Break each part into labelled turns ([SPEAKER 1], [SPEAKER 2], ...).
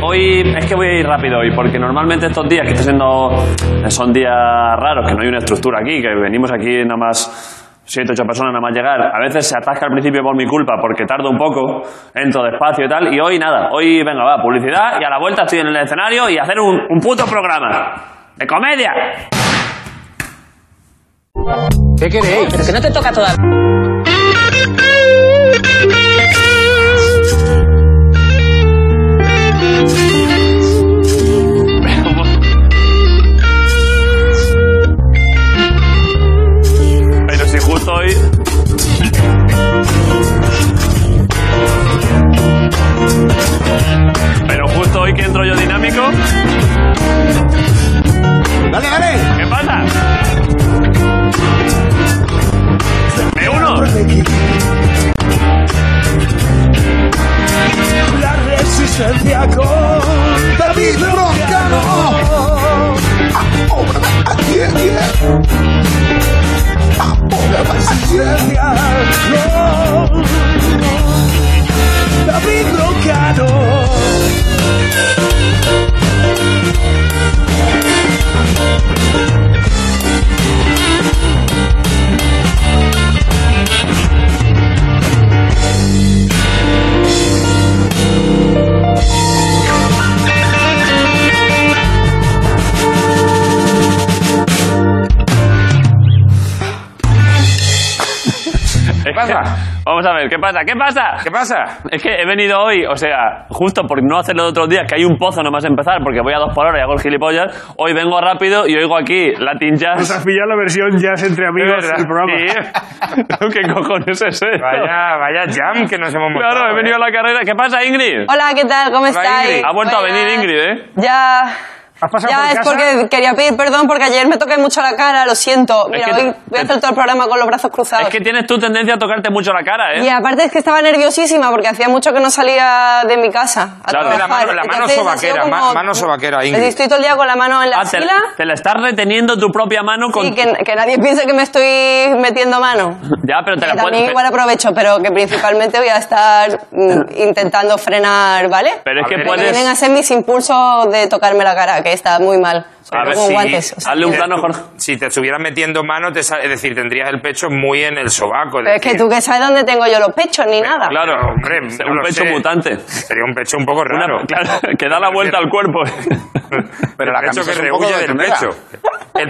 [SPEAKER 1] voy. Eh, Es que voy a ir rápido hoy, porque normalmente estos días que estoy siendo. eh, Son días raros, que no hay una estructura aquí, que venimos aquí nada más. Siete, ocho personas nada más llegar. A veces se atasca al principio por mi culpa porque tardo un poco, entro despacio y tal. Y hoy nada, hoy venga, va, publicidad y a la vuelta estoy en el escenario y hacer un, un puto programa de comedia.
[SPEAKER 2] ¿Qué queréis?
[SPEAKER 3] Pero que no te toca toda.
[SPEAKER 1] Pero si justo hoy. Pero justo hoy que entro yo dinámico.
[SPEAKER 2] ¡Dale, dale!
[SPEAKER 1] ¿Qué pasa? ¡Me uno!
[SPEAKER 4] La resistencia con
[SPEAKER 2] ¡David Broncano!
[SPEAKER 4] ciencia con David Broncano.
[SPEAKER 1] ¿Qué pasa? Vamos a ver, ¿qué pasa? ¿Qué pasa?
[SPEAKER 5] ¿Qué pasa?
[SPEAKER 1] Es que he venido hoy, o sea, justo por no hacerlo de otros días, que hay un pozo nomás empezar, porque voy a dos por hora y hago el gilipollas. Hoy vengo rápido y oigo aquí Latin
[SPEAKER 5] Pues
[SPEAKER 6] Nos
[SPEAKER 1] Jazz.
[SPEAKER 6] has pillado la versión jazz entre amigos
[SPEAKER 5] verdad,
[SPEAKER 6] del
[SPEAKER 1] Sí.
[SPEAKER 6] programa.
[SPEAKER 1] ¿Qué cojones es eso?
[SPEAKER 5] Vaya, vaya jam que nos hemos montado.
[SPEAKER 1] Claro, he
[SPEAKER 5] ¿eh?
[SPEAKER 1] venido a la carrera. ¿Qué pasa, Ingrid?
[SPEAKER 3] Hola, ¿qué tal? ¿Cómo estáis?
[SPEAKER 5] Ingrid.
[SPEAKER 1] Ha vuelto a
[SPEAKER 3] Buenas.
[SPEAKER 1] venir Ingrid, ¿eh?
[SPEAKER 3] Ya.
[SPEAKER 6] ¿Has pasado
[SPEAKER 3] ya
[SPEAKER 6] por
[SPEAKER 3] es
[SPEAKER 6] casa?
[SPEAKER 3] porque quería pedir perdón porque ayer me toqué mucho la cara, lo siento. Mira,
[SPEAKER 1] que-
[SPEAKER 3] hoy voy a hacer todo el programa con los brazos cruzados.
[SPEAKER 1] Es que tienes tu tendencia a tocarte mucho la cara, ¿eh?
[SPEAKER 3] Y aparte es que estaba nerviosísima porque hacía mucho que no salía de mi casa. A
[SPEAKER 1] Claro, de la
[SPEAKER 3] trabajar.
[SPEAKER 5] mano- la mano
[SPEAKER 3] Entonces, ha sido
[SPEAKER 5] sobaquera,
[SPEAKER 3] como-
[SPEAKER 5] ma- mano sobaquera, Ingrid.
[SPEAKER 3] Estoy todo el día con la mano en la
[SPEAKER 1] Ah, te,
[SPEAKER 3] axila
[SPEAKER 1] te la estás reteniendo tu propia mano con...
[SPEAKER 3] y que, que nadie piense que me estoy metiendo mano.
[SPEAKER 1] Ya, pero te
[SPEAKER 3] Que
[SPEAKER 1] la
[SPEAKER 3] también
[SPEAKER 1] puedes...
[SPEAKER 3] igual aprovecho, pero que principalmente voy a estar mm, intentando frenar, ¿vale?
[SPEAKER 1] Pero es
[SPEAKER 5] A
[SPEAKER 1] que
[SPEAKER 5] ver,
[SPEAKER 3] Lo que
[SPEAKER 1] puedes...
[SPEAKER 3] vienen a ser mis impulsos de tocarme la cara, que está muy mal.
[SPEAKER 1] A ver,
[SPEAKER 3] con
[SPEAKER 1] sí,
[SPEAKER 3] guantes. o sea,
[SPEAKER 1] hazle un
[SPEAKER 3] que-
[SPEAKER 1] plano, Jorge.
[SPEAKER 5] Eh, Si te estuvieras metiendo mano, te sa- es decir, tendrías el pecho muy en el sobaco.
[SPEAKER 3] Pero es que
[SPEAKER 5] decir,
[SPEAKER 3] tú que sabes dónde tengo yo los pechos ni nada.
[SPEAKER 1] Claro,
[SPEAKER 5] hombre, no
[SPEAKER 1] un
[SPEAKER 5] lo
[SPEAKER 1] pecho
[SPEAKER 5] sé.
[SPEAKER 1] mutante.
[SPEAKER 5] Sería un pecho un poco
[SPEAKER 1] Una-
[SPEAKER 5] raro.
[SPEAKER 1] claro, que da la
[SPEAKER 5] Me
[SPEAKER 1] vuelta al
[SPEAKER 5] refiero.
[SPEAKER 1] cuerpo.
[SPEAKER 5] Pero la pecho que
[SPEAKER 2] camisa es un poco
[SPEAKER 5] rehuye del
[SPEAKER 2] de tela.
[SPEAKER 5] pecho. El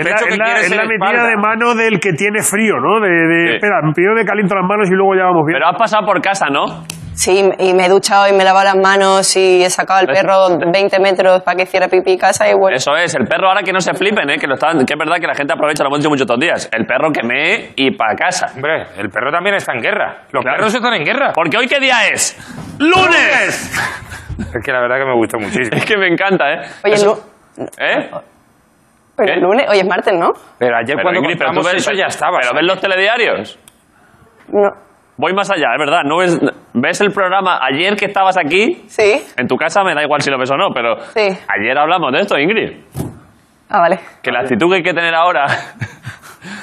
[SPEAKER 6] Es la,
[SPEAKER 5] pecho que
[SPEAKER 6] es la-
[SPEAKER 5] quiere
[SPEAKER 6] es
[SPEAKER 5] ser
[SPEAKER 6] la metida
[SPEAKER 5] espalda.
[SPEAKER 6] de mano del que tiene frío, ¿no? De, de-
[SPEAKER 1] Sí.
[SPEAKER 6] Espera, primero me caliento las manos y luego ya vamos bien.
[SPEAKER 1] Pero has pasado por casa, ¿no?
[SPEAKER 3] Sí, y me he duchado y me he lavado las manos y he sacado al
[SPEAKER 1] Ves-
[SPEAKER 3] perro 20 metros para que hiciera pipí en casa y bueno.
[SPEAKER 1] Eso es, el perro ahora que no se flipen, ¿eh? que, lo están, que es verdad que la gente aprovecha, lo hemos dicho muchos estos días. El perro que me y para casa.
[SPEAKER 5] Hombre, el perro también está en guerra. Los perros están en guerra.
[SPEAKER 1] Porque hoy qué día es? ¡Lunes!
[SPEAKER 5] Es que la verdad que me gustó muchísimo.
[SPEAKER 1] Es que me encanta, ¿eh?
[SPEAKER 3] Oye,
[SPEAKER 1] Eso-
[SPEAKER 3] lu-
[SPEAKER 1] ¿Eh?
[SPEAKER 3] pero
[SPEAKER 1] ¿Eh?
[SPEAKER 3] el lunes, hoy es martes, ¿no?
[SPEAKER 5] Pero ayer
[SPEAKER 1] Pero,
[SPEAKER 5] cuando
[SPEAKER 1] Ingrid, pero tú
[SPEAKER 5] contamos
[SPEAKER 1] ves-
[SPEAKER 5] eso ya estaba.
[SPEAKER 1] Pero ves los telediarios.
[SPEAKER 3] No.
[SPEAKER 1] Voy más allá, es verdad. No ves, ves el programa ayer que estabas aquí.
[SPEAKER 3] Sí.
[SPEAKER 1] En tu casa me da igual si lo ves o no, pero
[SPEAKER 3] Sí.
[SPEAKER 1] ayer hablamos de esto, Ingrid.
[SPEAKER 3] Ah, vale.
[SPEAKER 1] Que la actitud que hay que tener ahora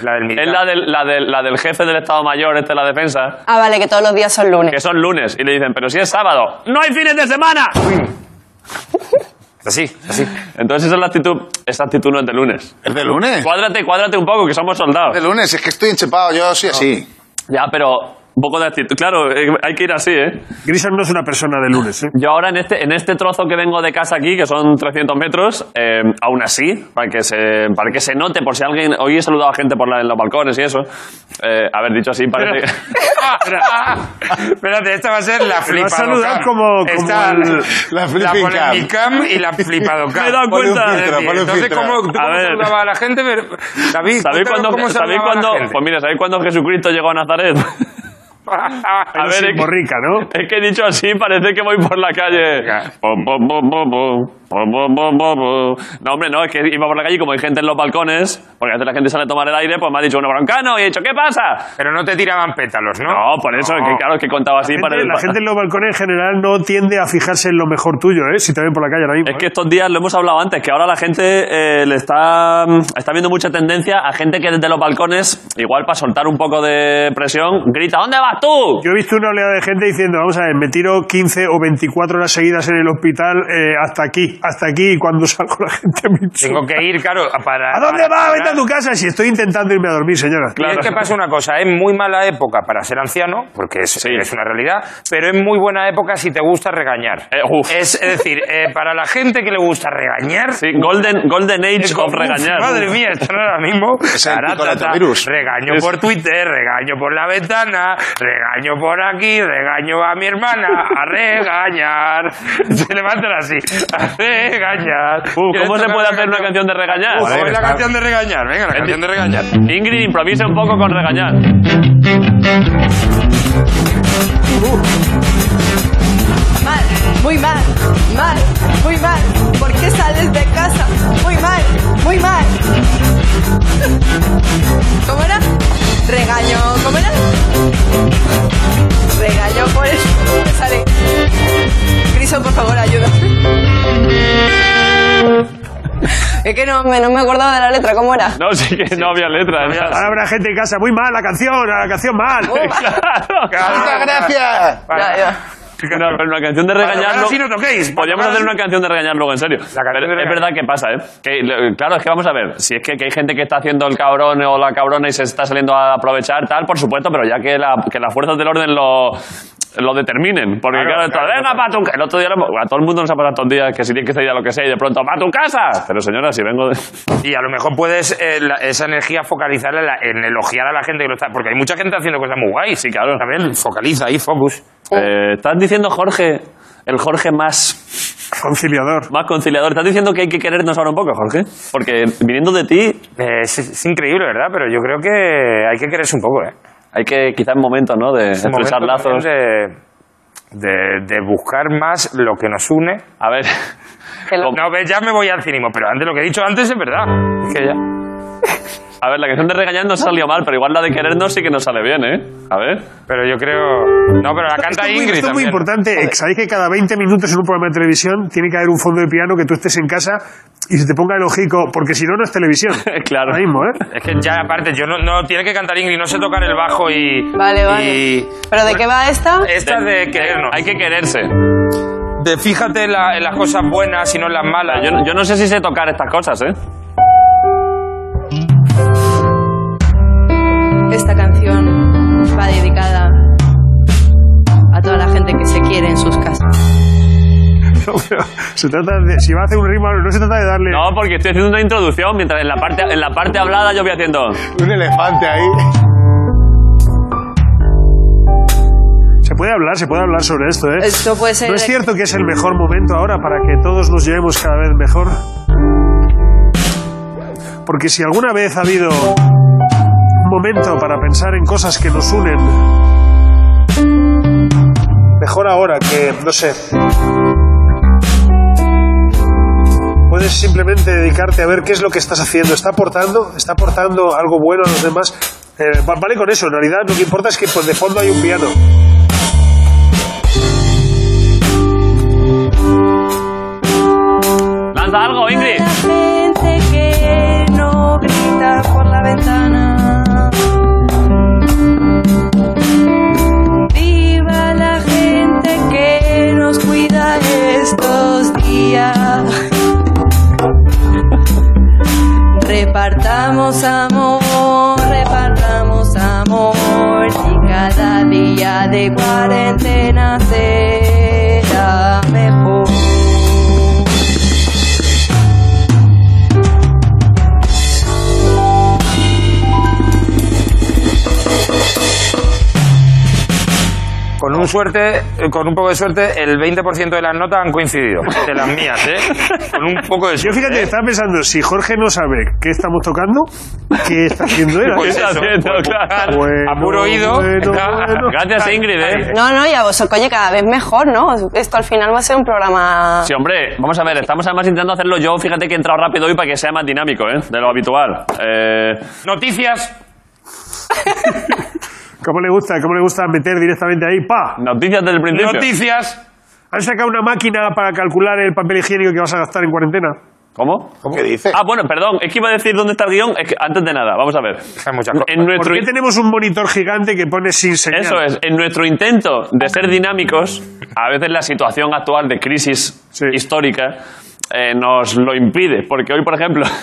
[SPEAKER 5] La del
[SPEAKER 1] es
[SPEAKER 5] militar.
[SPEAKER 1] la del, la, del, la del jefe del Estado Mayor, este de la defensa,
[SPEAKER 3] Ah, vale, que todos los días son
[SPEAKER 1] que
[SPEAKER 3] lunes.
[SPEAKER 1] son lunes. Y le dicen, pero si es sábado, ¡no hay fines de semana!
[SPEAKER 5] Así, así.
[SPEAKER 1] Entonces esa es la actitud, esa actitud no es de lunes.
[SPEAKER 2] ¿Es de lunes?
[SPEAKER 1] Cuádrate, cuádrate un poco, que somos
[SPEAKER 2] Es de
[SPEAKER 1] soldados.
[SPEAKER 2] lunes, es que estoy enchepado, yo sí así.
[SPEAKER 1] Ya, pero un poco de actitud. Claro, eh, hay que ir así, ¿eh?
[SPEAKER 6] Grison no es una persona de lunes, ¿eh?
[SPEAKER 1] Yo ahora en este, en este trozo que vengo de casa aquí, que son 300 metros, eh, aún así, para que, se, para que se note, por si alguien... Hoy he saludado a gente por la, en los balcones y eso. Eh, haber dicho así parece...
[SPEAKER 5] Espérate, esta va a ser la
[SPEAKER 6] Lo
[SPEAKER 5] flipadocam.
[SPEAKER 6] has saludado como- como
[SPEAKER 5] Esta-
[SPEAKER 6] el-
[SPEAKER 2] la
[SPEAKER 5] la
[SPEAKER 2] flipping cam.
[SPEAKER 5] polemicam y la flipadocam.
[SPEAKER 1] Me he dado
[SPEAKER 2] Ponle un
[SPEAKER 1] cuenta.
[SPEAKER 2] filtro, ponle un
[SPEAKER 5] Entonces,
[SPEAKER 2] filtro.
[SPEAKER 5] ¿cómo, tú
[SPEAKER 1] A
[SPEAKER 5] cómo
[SPEAKER 1] ver.
[SPEAKER 5] saludabas a la gente? Pero- David,
[SPEAKER 1] ¿Sabéis
[SPEAKER 5] cuéntanos
[SPEAKER 1] cuándo,
[SPEAKER 5] cómo
[SPEAKER 1] ¿sabéis
[SPEAKER 5] saludaba
[SPEAKER 1] cuándo,
[SPEAKER 5] a la gente.
[SPEAKER 1] pues mira, ¿sabéis cuándo Jesucristo llegó a Nazaret?
[SPEAKER 5] A
[SPEAKER 1] ver,
[SPEAKER 6] sin
[SPEAKER 1] es que-
[SPEAKER 6] borrica, ¿no?
[SPEAKER 1] Es que dicho así parece que voy por la calle.
[SPEAKER 5] Venga.
[SPEAKER 1] Pom, pom, pom, pom, pom. Pom, pom, pom, pom, pom. No, hombre, no, es que iba por la calle y como hay gente en los balcones, porque antes la gente sale a tomar el aire, pues me ha dicho uno broncano y he dicho, ¿qué pasa?
[SPEAKER 5] Pero no te tiraban pétalos, ¿no?
[SPEAKER 1] No, por eso,
[SPEAKER 5] No.
[SPEAKER 1] que claro, es que contaba así
[SPEAKER 6] Gente-
[SPEAKER 1] para el-
[SPEAKER 6] la gente en los balcones en general no tiende a fijarse en lo mejor tuyo, ¿eh? Si te ven por la calle ahora mismo.
[SPEAKER 1] Es que estos días lo hemos hablado antes, que ahora la gente eh, le está, está viendo mucha tendencia a gente que desde los balcones, igual para soltar un poco de presión, grita, ¿dónde vas, ¡Toma, tú!
[SPEAKER 6] Yo he visto una oleada de gente diciendo, vamos a ver, me tiro 15 o 24 horas seguidas en el hospital eh, hasta aquí, hasta aquí, y cuando salgo la gente me insulta.
[SPEAKER 5] Tengo que ir, claro, a- para...
[SPEAKER 6] ¿A dónde
[SPEAKER 5] para-
[SPEAKER 6] vas? Vete a tu casa si estoy intentando irme a dormir, señora.
[SPEAKER 5] Y es que pasa una cosa, es muy mala época para ser anciano, porque es, es una realidad, pero es muy buena época si te gusta regañar.
[SPEAKER 1] Eh, uf.
[SPEAKER 5] es, es decir, eh, para la gente que le gusta regañar...
[SPEAKER 1] Sí, golden, golden Age
[SPEAKER 5] es como,
[SPEAKER 1] of
[SPEAKER 5] uf,
[SPEAKER 1] regañar.
[SPEAKER 5] Madre mía, esto no es ahora mismo.
[SPEAKER 2] Es el
[SPEAKER 5] Taratata,
[SPEAKER 2] picolatavirus.
[SPEAKER 5] Regaño por Twitter, regaño por la ventana, regaño por aquí, regaño a mi hermana, a regañar. Se levantan así, a regañar.
[SPEAKER 1] Uh,
[SPEAKER 5] ¿Quieres
[SPEAKER 1] ¿Cómo se
[SPEAKER 5] tocar
[SPEAKER 1] puede hacer una canción de regañar?
[SPEAKER 5] Uf,
[SPEAKER 2] Joder,
[SPEAKER 5] hoy la
[SPEAKER 2] está-
[SPEAKER 5] canción de regañar, venga, la canción de regañar.
[SPEAKER 1] Ingrid improvisa un poco con regañar.
[SPEAKER 7] Mal, muy mal, mal, muy mal. ¿Por qué sales de casa? Muy mal, muy mal. ¿Cómo era? Regaño, ¿cómo era? Regaño por eso. Me sale. Criso, por favor, ayuda. Es que no me, no me acordaba de la letra, ¿cómo era?
[SPEAKER 1] No, sí que no había letra.
[SPEAKER 6] Ahora habrá gente en casa, muy mal la canción, la canción mal.
[SPEAKER 1] Claro.
[SPEAKER 2] Muchas gracias.
[SPEAKER 7] Ya, ya.
[SPEAKER 1] No, pero una canción de regañar.
[SPEAKER 5] ahora
[SPEAKER 1] no-
[SPEAKER 5] sí no toquéis.
[SPEAKER 1] Podríamos
[SPEAKER 5] Ahora
[SPEAKER 1] hacer
[SPEAKER 5] sí.
[SPEAKER 1] una canción de regañar luego, en serio.
[SPEAKER 5] La canción
[SPEAKER 1] Pero
[SPEAKER 5] de
[SPEAKER 1] es
[SPEAKER 5] regañar.
[SPEAKER 1] verdad que pasa, ¿eh? Que, lo- claro, es que vamos a ver. Si es que, que hay gente que está haciendo el cabrón o la cabrona y se está saliendo a aprovechar, tal, por supuesto, pero ya que, la- que las fuerzas del orden lo. Lo determinen, porque claro,
[SPEAKER 5] Claro,
[SPEAKER 1] esto,
[SPEAKER 5] claro,
[SPEAKER 1] venga
[SPEAKER 5] claro.
[SPEAKER 1] pa' tu ca-". El otro día lo- a todo el mundo nos ha pasado estos días que si tienes que salir a lo que sea y de pronto, ¡pa' tu casa! Pero señora, si vengo de.
[SPEAKER 5] Y a lo mejor puedes eh, la- esa energía focalizarla en, la- en elogiar a la gente que lo está. Porque hay mucha gente haciendo cosas muy guays. Sí, claro. También focaliza ahí, focus.
[SPEAKER 1] Eh, estás diciendo Jorge, el Jorge más,
[SPEAKER 6] Conciliador.
[SPEAKER 1] más conciliador. Estás diciendo que hay que querernos ahora un poco, Jorge. Porque viniendo de ti,
[SPEAKER 5] Eh, es, es increíble, ¿verdad? Pero yo creo que hay que quererse un poco, ¿eh?
[SPEAKER 1] hay que quizás en momentos, ¿no? De
[SPEAKER 5] Es un
[SPEAKER 1] estrechar
[SPEAKER 5] Este momento
[SPEAKER 1] lazos.
[SPEAKER 5] también De, de- de buscar más lo que nos une.
[SPEAKER 1] A ver.
[SPEAKER 7] Que lo-
[SPEAKER 1] Com-
[SPEAKER 5] No, ves, ya me voy al cinismo, pero antes lo que he dicho antes es verdad. Es que ya.
[SPEAKER 1] A ver, la canción de regañar nos salió mal, pero igual la de querernos sí que nos sale bien, ¿eh? A ver.
[SPEAKER 5] Pero yo creo. No, pero la
[SPEAKER 6] Esto
[SPEAKER 5] canta
[SPEAKER 6] es muy-
[SPEAKER 5] Ingrid.
[SPEAKER 6] esto es muy
[SPEAKER 5] también.
[SPEAKER 6] importante. Sabéis que cada 20 minutos en un programa de televisión tiene que haber un fondo de piano que tú estés en casa y se te ponga el ojico, porque si no, no es televisión.
[SPEAKER 1] Claro.
[SPEAKER 6] Ahora mismo, ¿eh?
[SPEAKER 5] Es que ya, aparte, yo no, no tiene que cantar Ingrid, no sé tocar el bajo y.
[SPEAKER 7] Vale, vale.
[SPEAKER 5] y-
[SPEAKER 7] ¿Pero de qué va esta?
[SPEAKER 5] Esta de querernos.
[SPEAKER 1] Hay que quererse.
[SPEAKER 5] De fíjate en la- en las cosas buenas y no en las malas.
[SPEAKER 1] Yo, yo no sé si sé tocar estas cosas, ¿eh?
[SPEAKER 7] Esta canción va dedicada a toda la gente que se quiere en sus casas.
[SPEAKER 6] No, pero se trata de, si va a hacer un ritmo, no se trata de darle.
[SPEAKER 1] No, porque estoy haciendo una introducción, mientras en la parte, en la parte hablada yo voy haciendo.
[SPEAKER 2] Un elefante ahí.
[SPEAKER 6] Se puede hablar, se puede hablar sobre esto, ¿eh?
[SPEAKER 7] Esto puede ser
[SPEAKER 6] ¿No es
[SPEAKER 7] de-
[SPEAKER 6] cierto que es el mejor momento ahora para que todos nos llevemos cada vez mejor? Porque si alguna vez ha habido un momento para pensar en cosas que nos unen, mejor ahora que, no sé, puedes simplemente dedicarte a ver qué es lo que estás haciendo. ¿Está aportando? ¿Está aportando algo bueno a los demás? Eh, va- vale con eso, en realidad lo que importa es que pues, de fondo hay un piano.
[SPEAKER 1] ¡Lanza algo, Ingrid!
[SPEAKER 8] La gente que no grita por la ventana. Viva la gente que nos cuida estos días. Repartamos amor, repartamos amor y cada día de cuarentena será mejor.
[SPEAKER 5] Con un suerte, eh, con un poco de suerte, el 20% de las notas han coincidido. De las mías, ¿eh? Con un poco de
[SPEAKER 6] Yo
[SPEAKER 5] suerte.
[SPEAKER 6] fíjate, estaba pensando, si Jorge no sabe qué estamos tocando, ¿qué está haciendo él?
[SPEAKER 5] Pues
[SPEAKER 1] está
[SPEAKER 5] eso,
[SPEAKER 1] haciendo,
[SPEAKER 5] pues
[SPEAKER 1] claro.
[SPEAKER 5] buscar a puro oído.
[SPEAKER 6] bueno,
[SPEAKER 5] está-
[SPEAKER 6] bueno.
[SPEAKER 1] Gracias, Ingrid, ¿eh?
[SPEAKER 7] No, no, ya vos, coño, cada vez mejor, ¿no? Esto al final va a ser un programa.
[SPEAKER 1] Sí, hombre, vamos a ver, estamos además intentando hacerlo yo, fíjate que he entrado rápido hoy para que sea más dinámico, ¿eh? De lo habitual. Eh,
[SPEAKER 5] Noticias.
[SPEAKER 6] ¿Cómo le gusta? ¿Cómo le gusta meter directamente ahí? ¡Pa!
[SPEAKER 1] noticias del principio.
[SPEAKER 5] Noticias.
[SPEAKER 6] ¿Han sacado una máquina para calcular el papel higiénico que vas a gastar en cuarentena?
[SPEAKER 1] ¿Cómo?
[SPEAKER 2] ¿Cómo? ¿Qué dice?
[SPEAKER 1] Ah, bueno, perdón, es que iba a decir dónde está el guión. Es que, antes de nada, vamos a ver.
[SPEAKER 5] Hay muchas cosas.
[SPEAKER 1] En
[SPEAKER 6] ¿Por
[SPEAKER 1] nuestro,
[SPEAKER 6] qué tenemos un monitor gigante que pone sin señal?
[SPEAKER 1] Eso es, en nuestro intento de ser dinámicos, a veces la situación actual de crisis
[SPEAKER 6] Sí.
[SPEAKER 1] histórica eh, nos lo impide. Porque hoy, por ejemplo,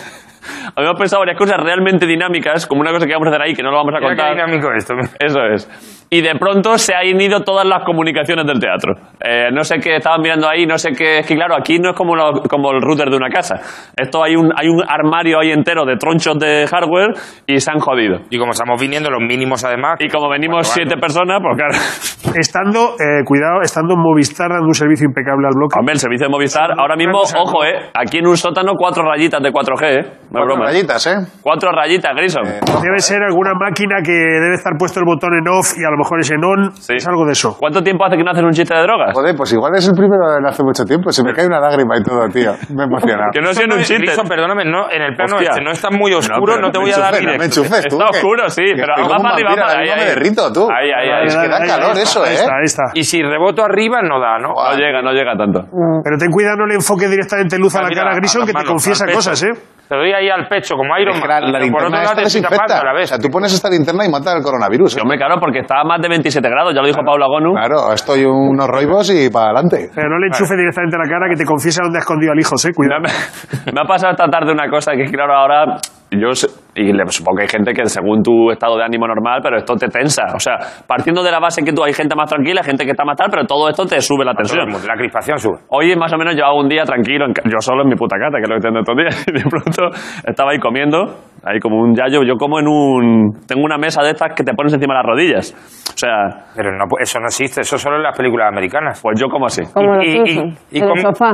[SPEAKER 1] habíamos pensado varias cosas realmente dinámicas, como una cosa que vamos a hacer ahí que no lo vamos a
[SPEAKER 5] Mira qué
[SPEAKER 1] contar.
[SPEAKER 5] dinámico esto.
[SPEAKER 1] Eso es. Y de pronto se han ido todas las comunicaciones del teatro. Eh, no sé qué estaban mirando ahí, no sé qué. Es que claro, aquí no es como, lo- como el router de una casa. Esto hay un, hay un armario ahí entero de tronchos de hardware y se han jodido.
[SPEAKER 5] Y como estamos viniendo los mínimos además.
[SPEAKER 1] Y como venimos
[SPEAKER 5] Cuatro
[SPEAKER 1] siete personas, pues claro.
[SPEAKER 6] Estando, eh, cuidado, estando en Movistar dando un servicio impecable al bloque.
[SPEAKER 1] Hombre, el servicio de Movistar, ahora mismo, ojo, eh. Aquí en un sótano, cuatro rayitas de 4G, eh. No es
[SPEAKER 2] Cuatro
[SPEAKER 1] broma. Eh,
[SPEAKER 2] rayitas, ¿eh?
[SPEAKER 1] Cuatro rayitas, Grison.
[SPEAKER 6] Debe ser alguna máquina que debe estar puesto el botón en off y a lo mejor es en on.
[SPEAKER 1] Sí.
[SPEAKER 6] Es algo de eso.
[SPEAKER 1] ¿Cuánto tiempo hace que no hacen un chiste de drogas?
[SPEAKER 2] Joder, pues igual es el primero de hace mucho tiempo. Se me cae una lágrima y todo, tío. Me emociona.
[SPEAKER 1] Que no ha sido un chiste.
[SPEAKER 5] Griso, perdóname, no, en el plano
[SPEAKER 1] Hostia.
[SPEAKER 5] este no está muy oscuro,
[SPEAKER 1] pero
[SPEAKER 5] no, te
[SPEAKER 1] me
[SPEAKER 5] voy a dar
[SPEAKER 1] enchufé, no
[SPEAKER 5] directo.
[SPEAKER 2] me enchufes tú.
[SPEAKER 1] Está
[SPEAKER 2] que-
[SPEAKER 1] oscuro, sí,
[SPEAKER 2] que
[SPEAKER 1] pero
[SPEAKER 2] estoy
[SPEAKER 1] va
[SPEAKER 2] como
[SPEAKER 1] para arriba,
[SPEAKER 2] vampiro,
[SPEAKER 1] para
[SPEAKER 2] ahí
[SPEAKER 1] ahí,
[SPEAKER 2] no me
[SPEAKER 1] ahí.
[SPEAKER 2] derrito, tú.
[SPEAKER 1] Ahí, ahí, ahí.
[SPEAKER 2] Es que da
[SPEAKER 6] Ahí
[SPEAKER 2] calor
[SPEAKER 6] está,
[SPEAKER 2] eso,
[SPEAKER 6] ahí
[SPEAKER 2] ¿eh?
[SPEAKER 6] está, ahí está.
[SPEAKER 5] Y si reboto arriba, no da, ¿no?
[SPEAKER 1] No llega, no llega tanto.
[SPEAKER 6] Pero ten cuidado, no le enfoque directamente luz a la
[SPEAKER 5] Mira,
[SPEAKER 6] cara a
[SPEAKER 5] a
[SPEAKER 6] Grison,
[SPEAKER 5] las
[SPEAKER 6] que te
[SPEAKER 5] manos,
[SPEAKER 6] confiesa
[SPEAKER 5] al pecho.
[SPEAKER 6] cosas, ¿eh?
[SPEAKER 5] Te doy ahí al pecho, como Iron
[SPEAKER 2] Es
[SPEAKER 5] Man.
[SPEAKER 2] que la, la
[SPEAKER 5] pero por otro
[SPEAKER 2] linterna
[SPEAKER 5] lado
[SPEAKER 2] esta
[SPEAKER 5] te estoy tapando
[SPEAKER 2] desinfecta.
[SPEAKER 5] a la
[SPEAKER 2] O
[SPEAKER 5] vez.
[SPEAKER 2] sea, tú pones esta linterna y mata el coronavirus. ¿eh?
[SPEAKER 1] Sí, hombre, claro, porque está a más de 27 grados, ya lo dijo Paula Gonu.
[SPEAKER 2] Claro, estoy unos roibos y para adelante.
[SPEAKER 6] Pero no le enchufe directamente a la cara, que te confiesa dónde ha escondido al hijo, ¿eh?
[SPEAKER 1] Mira,
[SPEAKER 6] Cuidado.
[SPEAKER 1] Me, me ha pasado esta tarde una cosa que, es que, claro, ahora yo sé- y le- supongo que hay gente que según tu estado de ánimo normal, pero esto te tensa. O sea, partiendo de la base que tú hay gente más tranquila, gente que está más tal, pero todo esto te sube la
[SPEAKER 5] Todo el
[SPEAKER 1] tensión.
[SPEAKER 5] mundo, La crispación sube.
[SPEAKER 1] Hoy más o menos llevaba un día tranquilo, en ca- yo solo en mi puta casa, que es lo que tengo todo el día, y de pronto estaba ahí comiendo, ahí como un yayo, yo como en un... Tengo una mesa de estas que te pones encima de las rodillas. O sea,
[SPEAKER 5] Pero no, eso no existe, eso solo en las películas americanas.
[SPEAKER 1] pues yo como así.
[SPEAKER 3] Como los
[SPEAKER 5] Y- y-
[SPEAKER 3] Simpson,
[SPEAKER 5] y- y
[SPEAKER 3] en
[SPEAKER 5] com-
[SPEAKER 3] el sofá.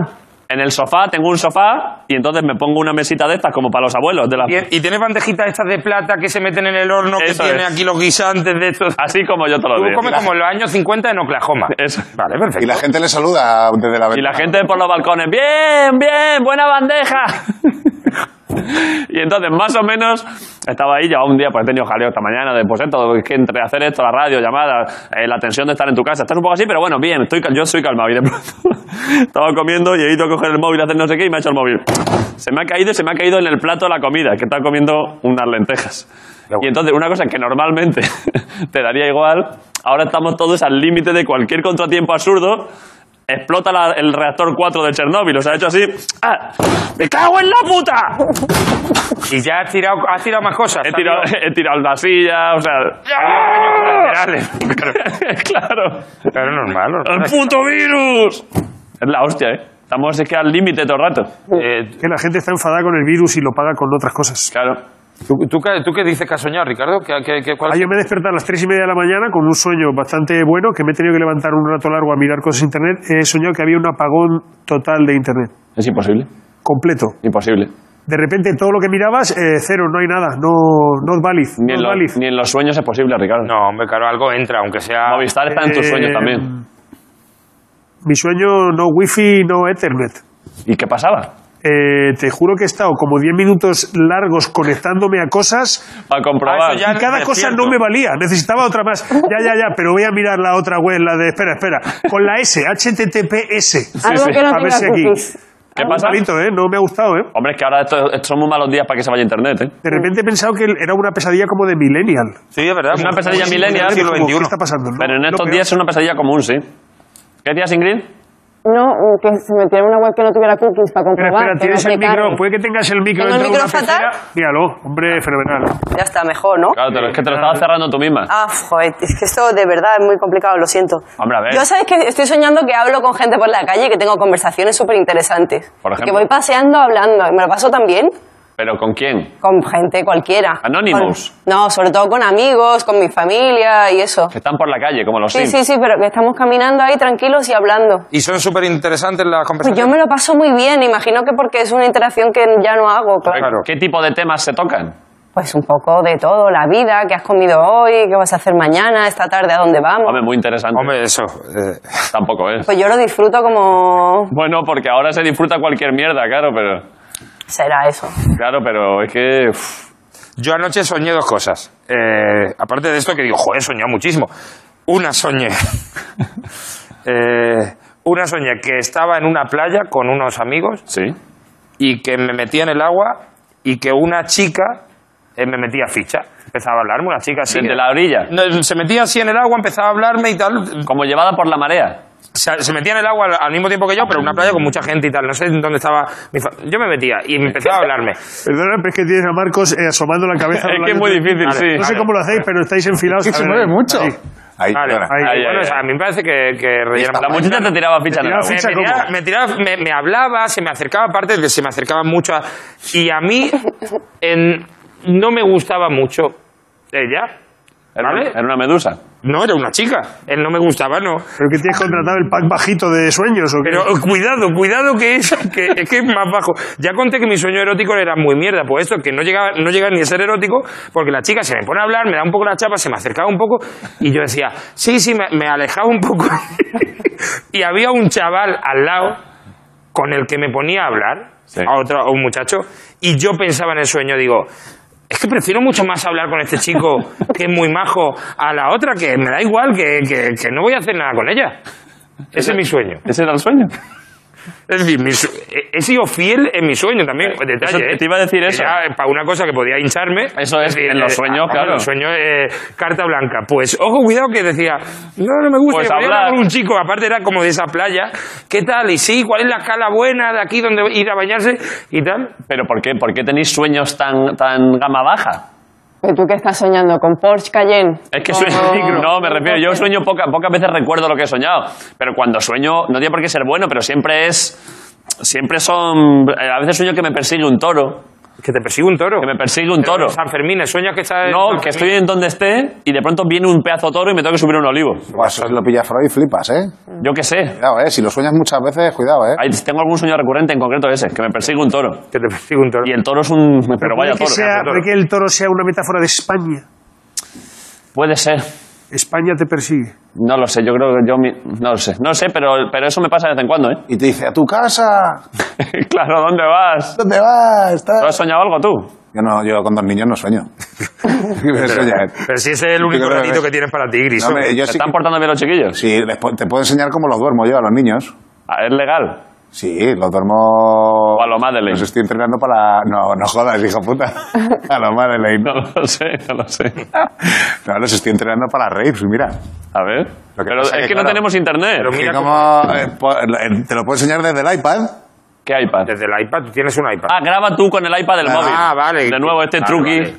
[SPEAKER 1] En el sofá, tengo un sofá, y entonces me pongo una mesita de estas como para los abuelos. De la...
[SPEAKER 5] Y, y tienes bandejitas estas de plata que se meten en el horno,
[SPEAKER 1] Eso
[SPEAKER 5] que tiene
[SPEAKER 1] es.
[SPEAKER 5] aquí los guisantes de estos.
[SPEAKER 1] Así como yo te
[SPEAKER 5] Tú
[SPEAKER 1] lo digo.
[SPEAKER 5] comes como en los años 50 en Oklahoma.
[SPEAKER 1] Eso.
[SPEAKER 5] Vale,
[SPEAKER 2] Y
[SPEAKER 5] perfecto.
[SPEAKER 2] la gente le saluda desde la
[SPEAKER 1] Y
[SPEAKER 2] ventana.
[SPEAKER 1] la gente por los balcones, bien, bien, buena bandeja. y entonces, más o menos, estaba ahí, ya un día, pues he tenido jaleo esta mañana, de pues esto, es que entre hacer esto, la radio, llamadas, eh, la tensión de estar en tu casa, estás un poco así, pero bueno, bien, estoy, cal- yo estoy calmado. Y de pronto estaba comiendo y he ido a coger el móvil, a hacer no sé qué, y me ha hecho el móvil. Se me ha caído y se me ha caído en el plato la comida, que estaba comiendo unas lentejas. Y entonces, una cosa que normalmente te daría igual, ahora estamos todos al límite de cualquier contratiempo absurdo. Explota la- el reactor 4 de Chernóbil, o sea, ha hecho así. ¡Ah! ¡Me cago en la puta!
[SPEAKER 5] Y ya has tirado, has tirado más cosas.
[SPEAKER 1] He tirado,
[SPEAKER 5] ¿sabes?
[SPEAKER 1] he tirado la silla, o sea.
[SPEAKER 5] Ha habido daños colaterales.
[SPEAKER 1] ¡Claro!
[SPEAKER 5] Claro, normal.
[SPEAKER 1] ¡El
[SPEAKER 5] normal.
[SPEAKER 1] puto virus! Es la hostia, ¿eh? Estamos es que al límite todo el rato.
[SPEAKER 5] Eh,
[SPEAKER 6] Que la gente está enfadada con el virus y lo paga con otras cosas.
[SPEAKER 1] Claro.
[SPEAKER 5] ¿tú, tú, qué- tú qué dices que has soñado, Ricardo? ¿Qué, qué, qué- cuál-
[SPEAKER 6] Ayer Ah, me desperté a las tres y media de la mañana con un sueño bastante bueno que me he tenido que levantar un rato largo a mirar cosas en internet. He soñado que había un apagón total de internet,
[SPEAKER 1] Es imposible.
[SPEAKER 6] completo.
[SPEAKER 1] Imposible.
[SPEAKER 6] De repente todo lo que mirabas, eh, cero, no hay nada, no, no valid,
[SPEAKER 1] Ni en,
[SPEAKER 6] not
[SPEAKER 1] lo-
[SPEAKER 6] valid.
[SPEAKER 1] ni en los sueños es posible, Ricardo.
[SPEAKER 5] No, hombre, claro, algo entra, aunque sea.
[SPEAKER 1] Movistar está en tus
[SPEAKER 6] Eh,
[SPEAKER 1] sueños también.
[SPEAKER 6] Mi sueño, no wifi, no ethernet.
[SPEAKER 1] ¿Y qué pasaba?
[SPEAKER 6] Eh, te juro que he estado como 10 minutos largos conectándome a cosas
[SPEAKER 1] Para comprobar.
[SPEAKER 5] Ah, eso ya-
[SPEAKER 6] y cada cosa
[SPEAKER 5] despierto.
[SPEAKER 6] no me valía. Necesitaba otra más. Ya, ya, ya, pero voy a mirar la otra web, la de... Espera, espera. Con la S, HTTPS.
[SPEAKER 3] Algo que no
[SPEAKER 6] A ver
[SPEAKER 3] tenga
[SPEAKER 6] si aquí.
[SPEAKER 3] cookies.
[SPEAKER 1] ¿Qué pasa?
[SPEAKER 6] Malito, ¿eh? No me ha gustado, ¿eh?
[SPEAKER 1] Hombre, es que ahora esto, estos son muy malos días para que se vaya internet, ¿eh?
[SPEAKER 6] De repente he pensado que era una pesadilla como de millennial.
[SPEAKER 5] Sí, es verdad.
[SPEAKER 1] Es una pesadilla
[SPEAKER 5] Sí,
[SPEAKER 1] millennial,
[SPEAKER 5] del siglo
[SPEAKER 6] Como, ¿Qué
[SPEAKER 5] XXI.
[SPEAKER 6] está pasando? No,
[SPEAKER 1] Pero en
[SPEAKER 6] no
[SPEAKER 1] estos
[SPEAKER 6] creo.
[SPEAKER 1] días es una pesadilla común, sí. ¿Qué días, Ingrid?
[SPEAKER 3] No, que se metiera en una web que no tuviera cookies para
[SPEAKER 7] Pues
[SPEAKER 6] Espera,
[SPEAKER 3] comprobar.
[SPEAKER 6] espera,
[SPEAKER 3] que no
[SPEAKER 6] tienes el
[SPEAKER 3] te cargue.
[SPEAKER 6] micro. Puede que tengas el micro
[SPEAKER 7] ¿Tengo el
[SPEAKER 6] dentro de una
[SPEAKER 7] micro fatal?
[SPEAKER 6] pecera. Míralo, hombre, fenomenal.
[SPEAKER 7] Ya está, mejor, ¿no?
[SPEAKER 1] Claro, te lo- es que te lo estabas cerrando tú misma.
[SPEAKER 7] Ah, joder, es que esto de verdad es muy complicado, lo siento.
[SPEAKER 1] Hombre, a ver.
[SPEAKER 7] Yo sabes que estoy soñando que hablo con gente por la calle y que tengo conversaciones súper interesantes.
[SPEAKER 1] Por ejemplo.
[SPEAKER 7] Que voy paseando hablando. ¿Me lo paso también?
[SPEAKER 1] ¿Pero con quién?
[SPEAKER 7] Con gente cualquiera.
[SPEAKER 1] Anonymous.
[SPEAKER 7] Con- no, sobre todo con amigos, con mi familia y eso.
[SPEAKER 1] Que están por la calle, como los
[SPEAKER 7] Sí,
[SPEAKER 1] Sims.
[SPEAKER 7] sí, sí, pero que estamos caminando ahí tranquilos y hablando.
[SPEAKER 5] Y son súper interesantes las
[SPEAKER 7] Pues
[SPEAKER 5] conversaciones.
[SPEAKER 7] yo me lo paso muy bien, imagino que porque es una interacción que ya no hago, claro.
[SPEAKER 5] Claro.
[SPEAKER 1] ¿Qué tipo de temas se tocan?
[SPEAKER 7] Pues un poco de todo, la vida, qué has comido hoy, qué vas a hacer mañana, esta tarde, a dónde vamos.
[SPEAKER 1] Hombre, muy interesante.
[SPEAKER 5] Hombre, eso. eh,
[SPEAKER 1] Tampoco es.
[SPEAKER 7] Pues yo lo disfruto como
[SPEAKER 1] Bueno, porque ahora se disfruta cualquier mierda, claro, pero...
[SPEAKER 7] será eso.
[SPEAKER 1] Claro, pero es que... uf,
[SPEAKER 5] Yo anoche soñé dos cosas. Eh, aparte de esto que digo, joder, he soñado muchísimo. Una soñé. Eh, una soñé que estaba en una playa con unos amigos
[SPEAKER 1] sí.
[SPEAKER 5] y que me metía en el agua y que una chica eh, me metía ficha. Empezaba a hablarme una chica así.
[SPEAKER 1] Desde la orilla.
[SPEAKER 5] No, Se metía así en el agua, empezaba a hablarme y tal.
[SPEAKER 1] Como llevada por la marea.
[SPEAKER 5] Se, se metía en el agua al, al mismo tiempo que yo, pero en una playa con mucha gente y tal. No sé dónde estaba. mi fa- yo me metía y me empezaba a hablarme.
[SPEAKER 6] Perdona, pero es que tienes a Marcos eh, asomando la cabeza.
[SPEAKER 1] Es
[SPEAKER 6] por la
[SPEAKER 1] que es muy
[SPEAKER 6] ventana.
[SPEAKER 1] difícil, sí.
[SPEAKER 6] No sé cómo lo hacéis, pero estáis enfilados.
[SPEAKER 2] Que
[SPEAKER 6] A
[SPEAKER 2] se
[SPEAKER 6] ver,
[SPEAKER 2] mueve
[SPEAKER 6] ahí.
[SPEAKER 2] mucho.
[SPEAKER 6] Ahí.
[SPEAKER 2] Ahí,
[SPEAKER 5] Vale.
[SPEAKER 2] perdona.
[SPEAKER 6] Ahí.
[SPEAKER 1] Ay,
[SPEAKER 5] Bueno,
[SPEAKER 1] ay,
[SPEAKER 5] o sea, a mí me parece que, que rellena
[SPEAKER 1] La muchacha te tiraba ficha en el
[SPEAKER 6] tiraba
[SPEAKER 1] agua.
[SPEAKER 6] ficha.
[SPEAKER 5] me, tiraba, me, tiraba- me- me hablaba, se me acercaba, aparte de que se me acercaba mucho. a- y a mí en- no me gustaba mucho ella.
[SPEAKER 1] Era una-
[SPEAKER 5] ¿Vale?
[SPEAKER 1] era una medusa.
[SPEAKER 5] No, era una chica. Él no me gustaba, no.
[SPEAKER 6] ¿Pero que tienes contratado el pack bajito de sueños o qué?
[SPEAKER 5] Pero eh, cuidado, cuidado que es, que es que es más bajo. Ya conté que mi sueño erótico era muy mierda, pues esto, que no llegaba, no llegaba ni a ser erótico, porque la chica se me pone a hablar, me da un poco la chapa, se me acercaba un poco, y yo decía, sí, sí, me, me alejaba un poco. y había un chaval al lado con el que me ponía a hablar,
[SPEAKER 1] Sí.
[SPEAKER 5] a otro, a un muchacho, y yo pensaba en el sueño, digo, es que prefiero mucho más hablar con este chico, que es muy majo, a la otra, que me da igual, que, que, que no voy a hacer nada con ella. Ese es mi sueño.
[SPEAKER 1] Ese era el sueño.
[SPEAKER 5] Es decir, mi su- he- he sido fiel en mi sueño también. Detalle,
[SPEAKER 1] eso-
[SPEAKER 5] ¿eh?
[SPEAKER 1] te iba a decir eso.
[SPEAKER 5] para una cosa que podía hincharme.
[SPEAKER 1] Eso es, en los sueños,
[SPEAKER 5] ah,
[SPEAKER 1] claro.
[SPEAKER 5] En los sueños, eh, carta blanca. Pues, ojo, cuidado, que decía, no, no me gusta.
[SPEAKER 1] Pues
[SPEAKER 5] que podía
[SPEAKER 1] hablar.
[SPEAKER 5] hablar con un chico, aparte era como de esa playa. ¿Qué tal? Y sí, ¿cuál es la escala buena de aquí donde ir a bañarse? Y tal.
[SPEAKER 1] Pero ¿por qué, ¿por qué tenéis sueños tan, tan gama baja?
[SPEAKER 3] ¿Y tú qué estás soñando? ¿Con Porsche Cayenne?
[SPEAKER 1] Es que
[SPEAKER 3] ¿Con-
[SPEAKER 1] sueño, no, me
[SPEAKER 3] con
[SPEAKER 1] refiero, yo
[SPEAKER 3] coche?
[SPEAKER 1] sueño poca, pocas veces recuerdo lo que he soñado, pero cuando sueño no tiene por qué ser bueno, pero siempre es, siempre son, eh, a veces sueño que me persigue un toro,
[SPEAKER 5] Que te persigue un toro.
[SPEAKER 1] que me persigue un toro,
[SPEAKER 5] San Fermín, ¿eh? sueñas que está. en
[SPEAKER 1] no,
[SPEAKER 5] San
[SPEAKER 1] que
[SPEAKER 5] Fermín?
[SPEAKER 1] estoy en donde esté y de pronto viene un pedazo de toro y me tengo que subir a un olivo,
[SPEAKER 2] Buah, eso lo pilla Freud y flipas, ¿eh?
[SPEAKER 1] yo qué sé,
[SPEAKER 2] Cuidado, ¿eh? Si lo sueñas muchas veces, cuidado, ¿eh?
[SPEAKER 1] Ahí tengo algún sueño recurrente en concreto ese, que me persigue un toro
[SPEAKER 5] Que te persigue un toro.
[SPEAKER 1] y el toro es un, pero vaya
[SPEAKER 6] Puede que
[SPEAKER 1] toro,
[SPEAKER 6] sea-
[SPEAKER 1] toro.
[SPEAKER 6] puede que el toro sea una metáfora de España.
[SPEAKER 1] puede ser.
[SPEAKER 6] España te persigue.
[SPEAKER 1] No lo sé, yo creo que yo mi- no lo sé, no lo sé, pero, pero eso me pasa de vez en cuando, ¿eh?
[SPEAKER 2] Y te dice, a tu casa,
[SPEAKER 1] claro, ¿dónde vas?
[SPEAKER 2] ¿dónde vas?
[SPEAKER 1] ¿Tú
[SPEAKER 2] Tal.
[SPEAKER 1] has soñado algo tú?
[SPEAKER 2] Yo, no, yo con dos niños no sueño. ¿Qué me sueña, eh?
[SPEAKER 5] Pero si ese es el único
[SPEAKER 2] Yo creo que-
[SPEAKER 5] ratito que tienes para ti, Gris.
[SPEAKER 2] No, hombre, yo
[SPEAKER 1] ¿Se
[SPEAKER 2] sí,
[SPEAKER 1] están portando bien los chiquillos?
[SPEAKER 2] sí, les pu- te puedo enseñar cómo los duermo yo a los niños.
[SPEAKER 1] Ah, ¿Es legal?
[SPEAKER 2] Sí, los duermo...
[SPEAKER 1] O a lo Madeleine.
[SPEAKER 2] Los estoy entrenando para... No, no jodas, hijo puta. A lo Madeleine.
[SPEAKER 1] No lo sé, no lo sé.
[SPEAKER 2] No, los estoy entrenando para raves, mira.
[SPEAKER 1] A ver.
[SPEAKER 2] Lo que
[SPEAKER 1] Pero es
[SPEAKER 2] pasa
[SPEAKER 1] que,
[SPEAKER 2] que,
[SPEAKER 1] no
[SPEAKER 2] claro,
[SPEAKER 1] tenemos internet.
[SPEAKER 5] Pero
[SPEAKER 2] Que
[SPEAKER 5] Pues mira
[SPEAKER 2] como, eh, po- eh, te lo puedo enseñar desde el iPad.
[SPEAKER 1] ¿Qué iPad?
[SPEAKER 5] Desde el iPad, tú tienes un iPad.
[SPEAKER 1] Ah, graba tú con el iPad del
[SPEAKER 2] Ah,
[SPEAKER 1] móvil.
[SPEAKER 5] vale.
[SPEAKER 1] De nuevo, este
[SPEAKER 5] Vale,
[SPEAKER 1] truqui.
[SPEAKER 5] vale.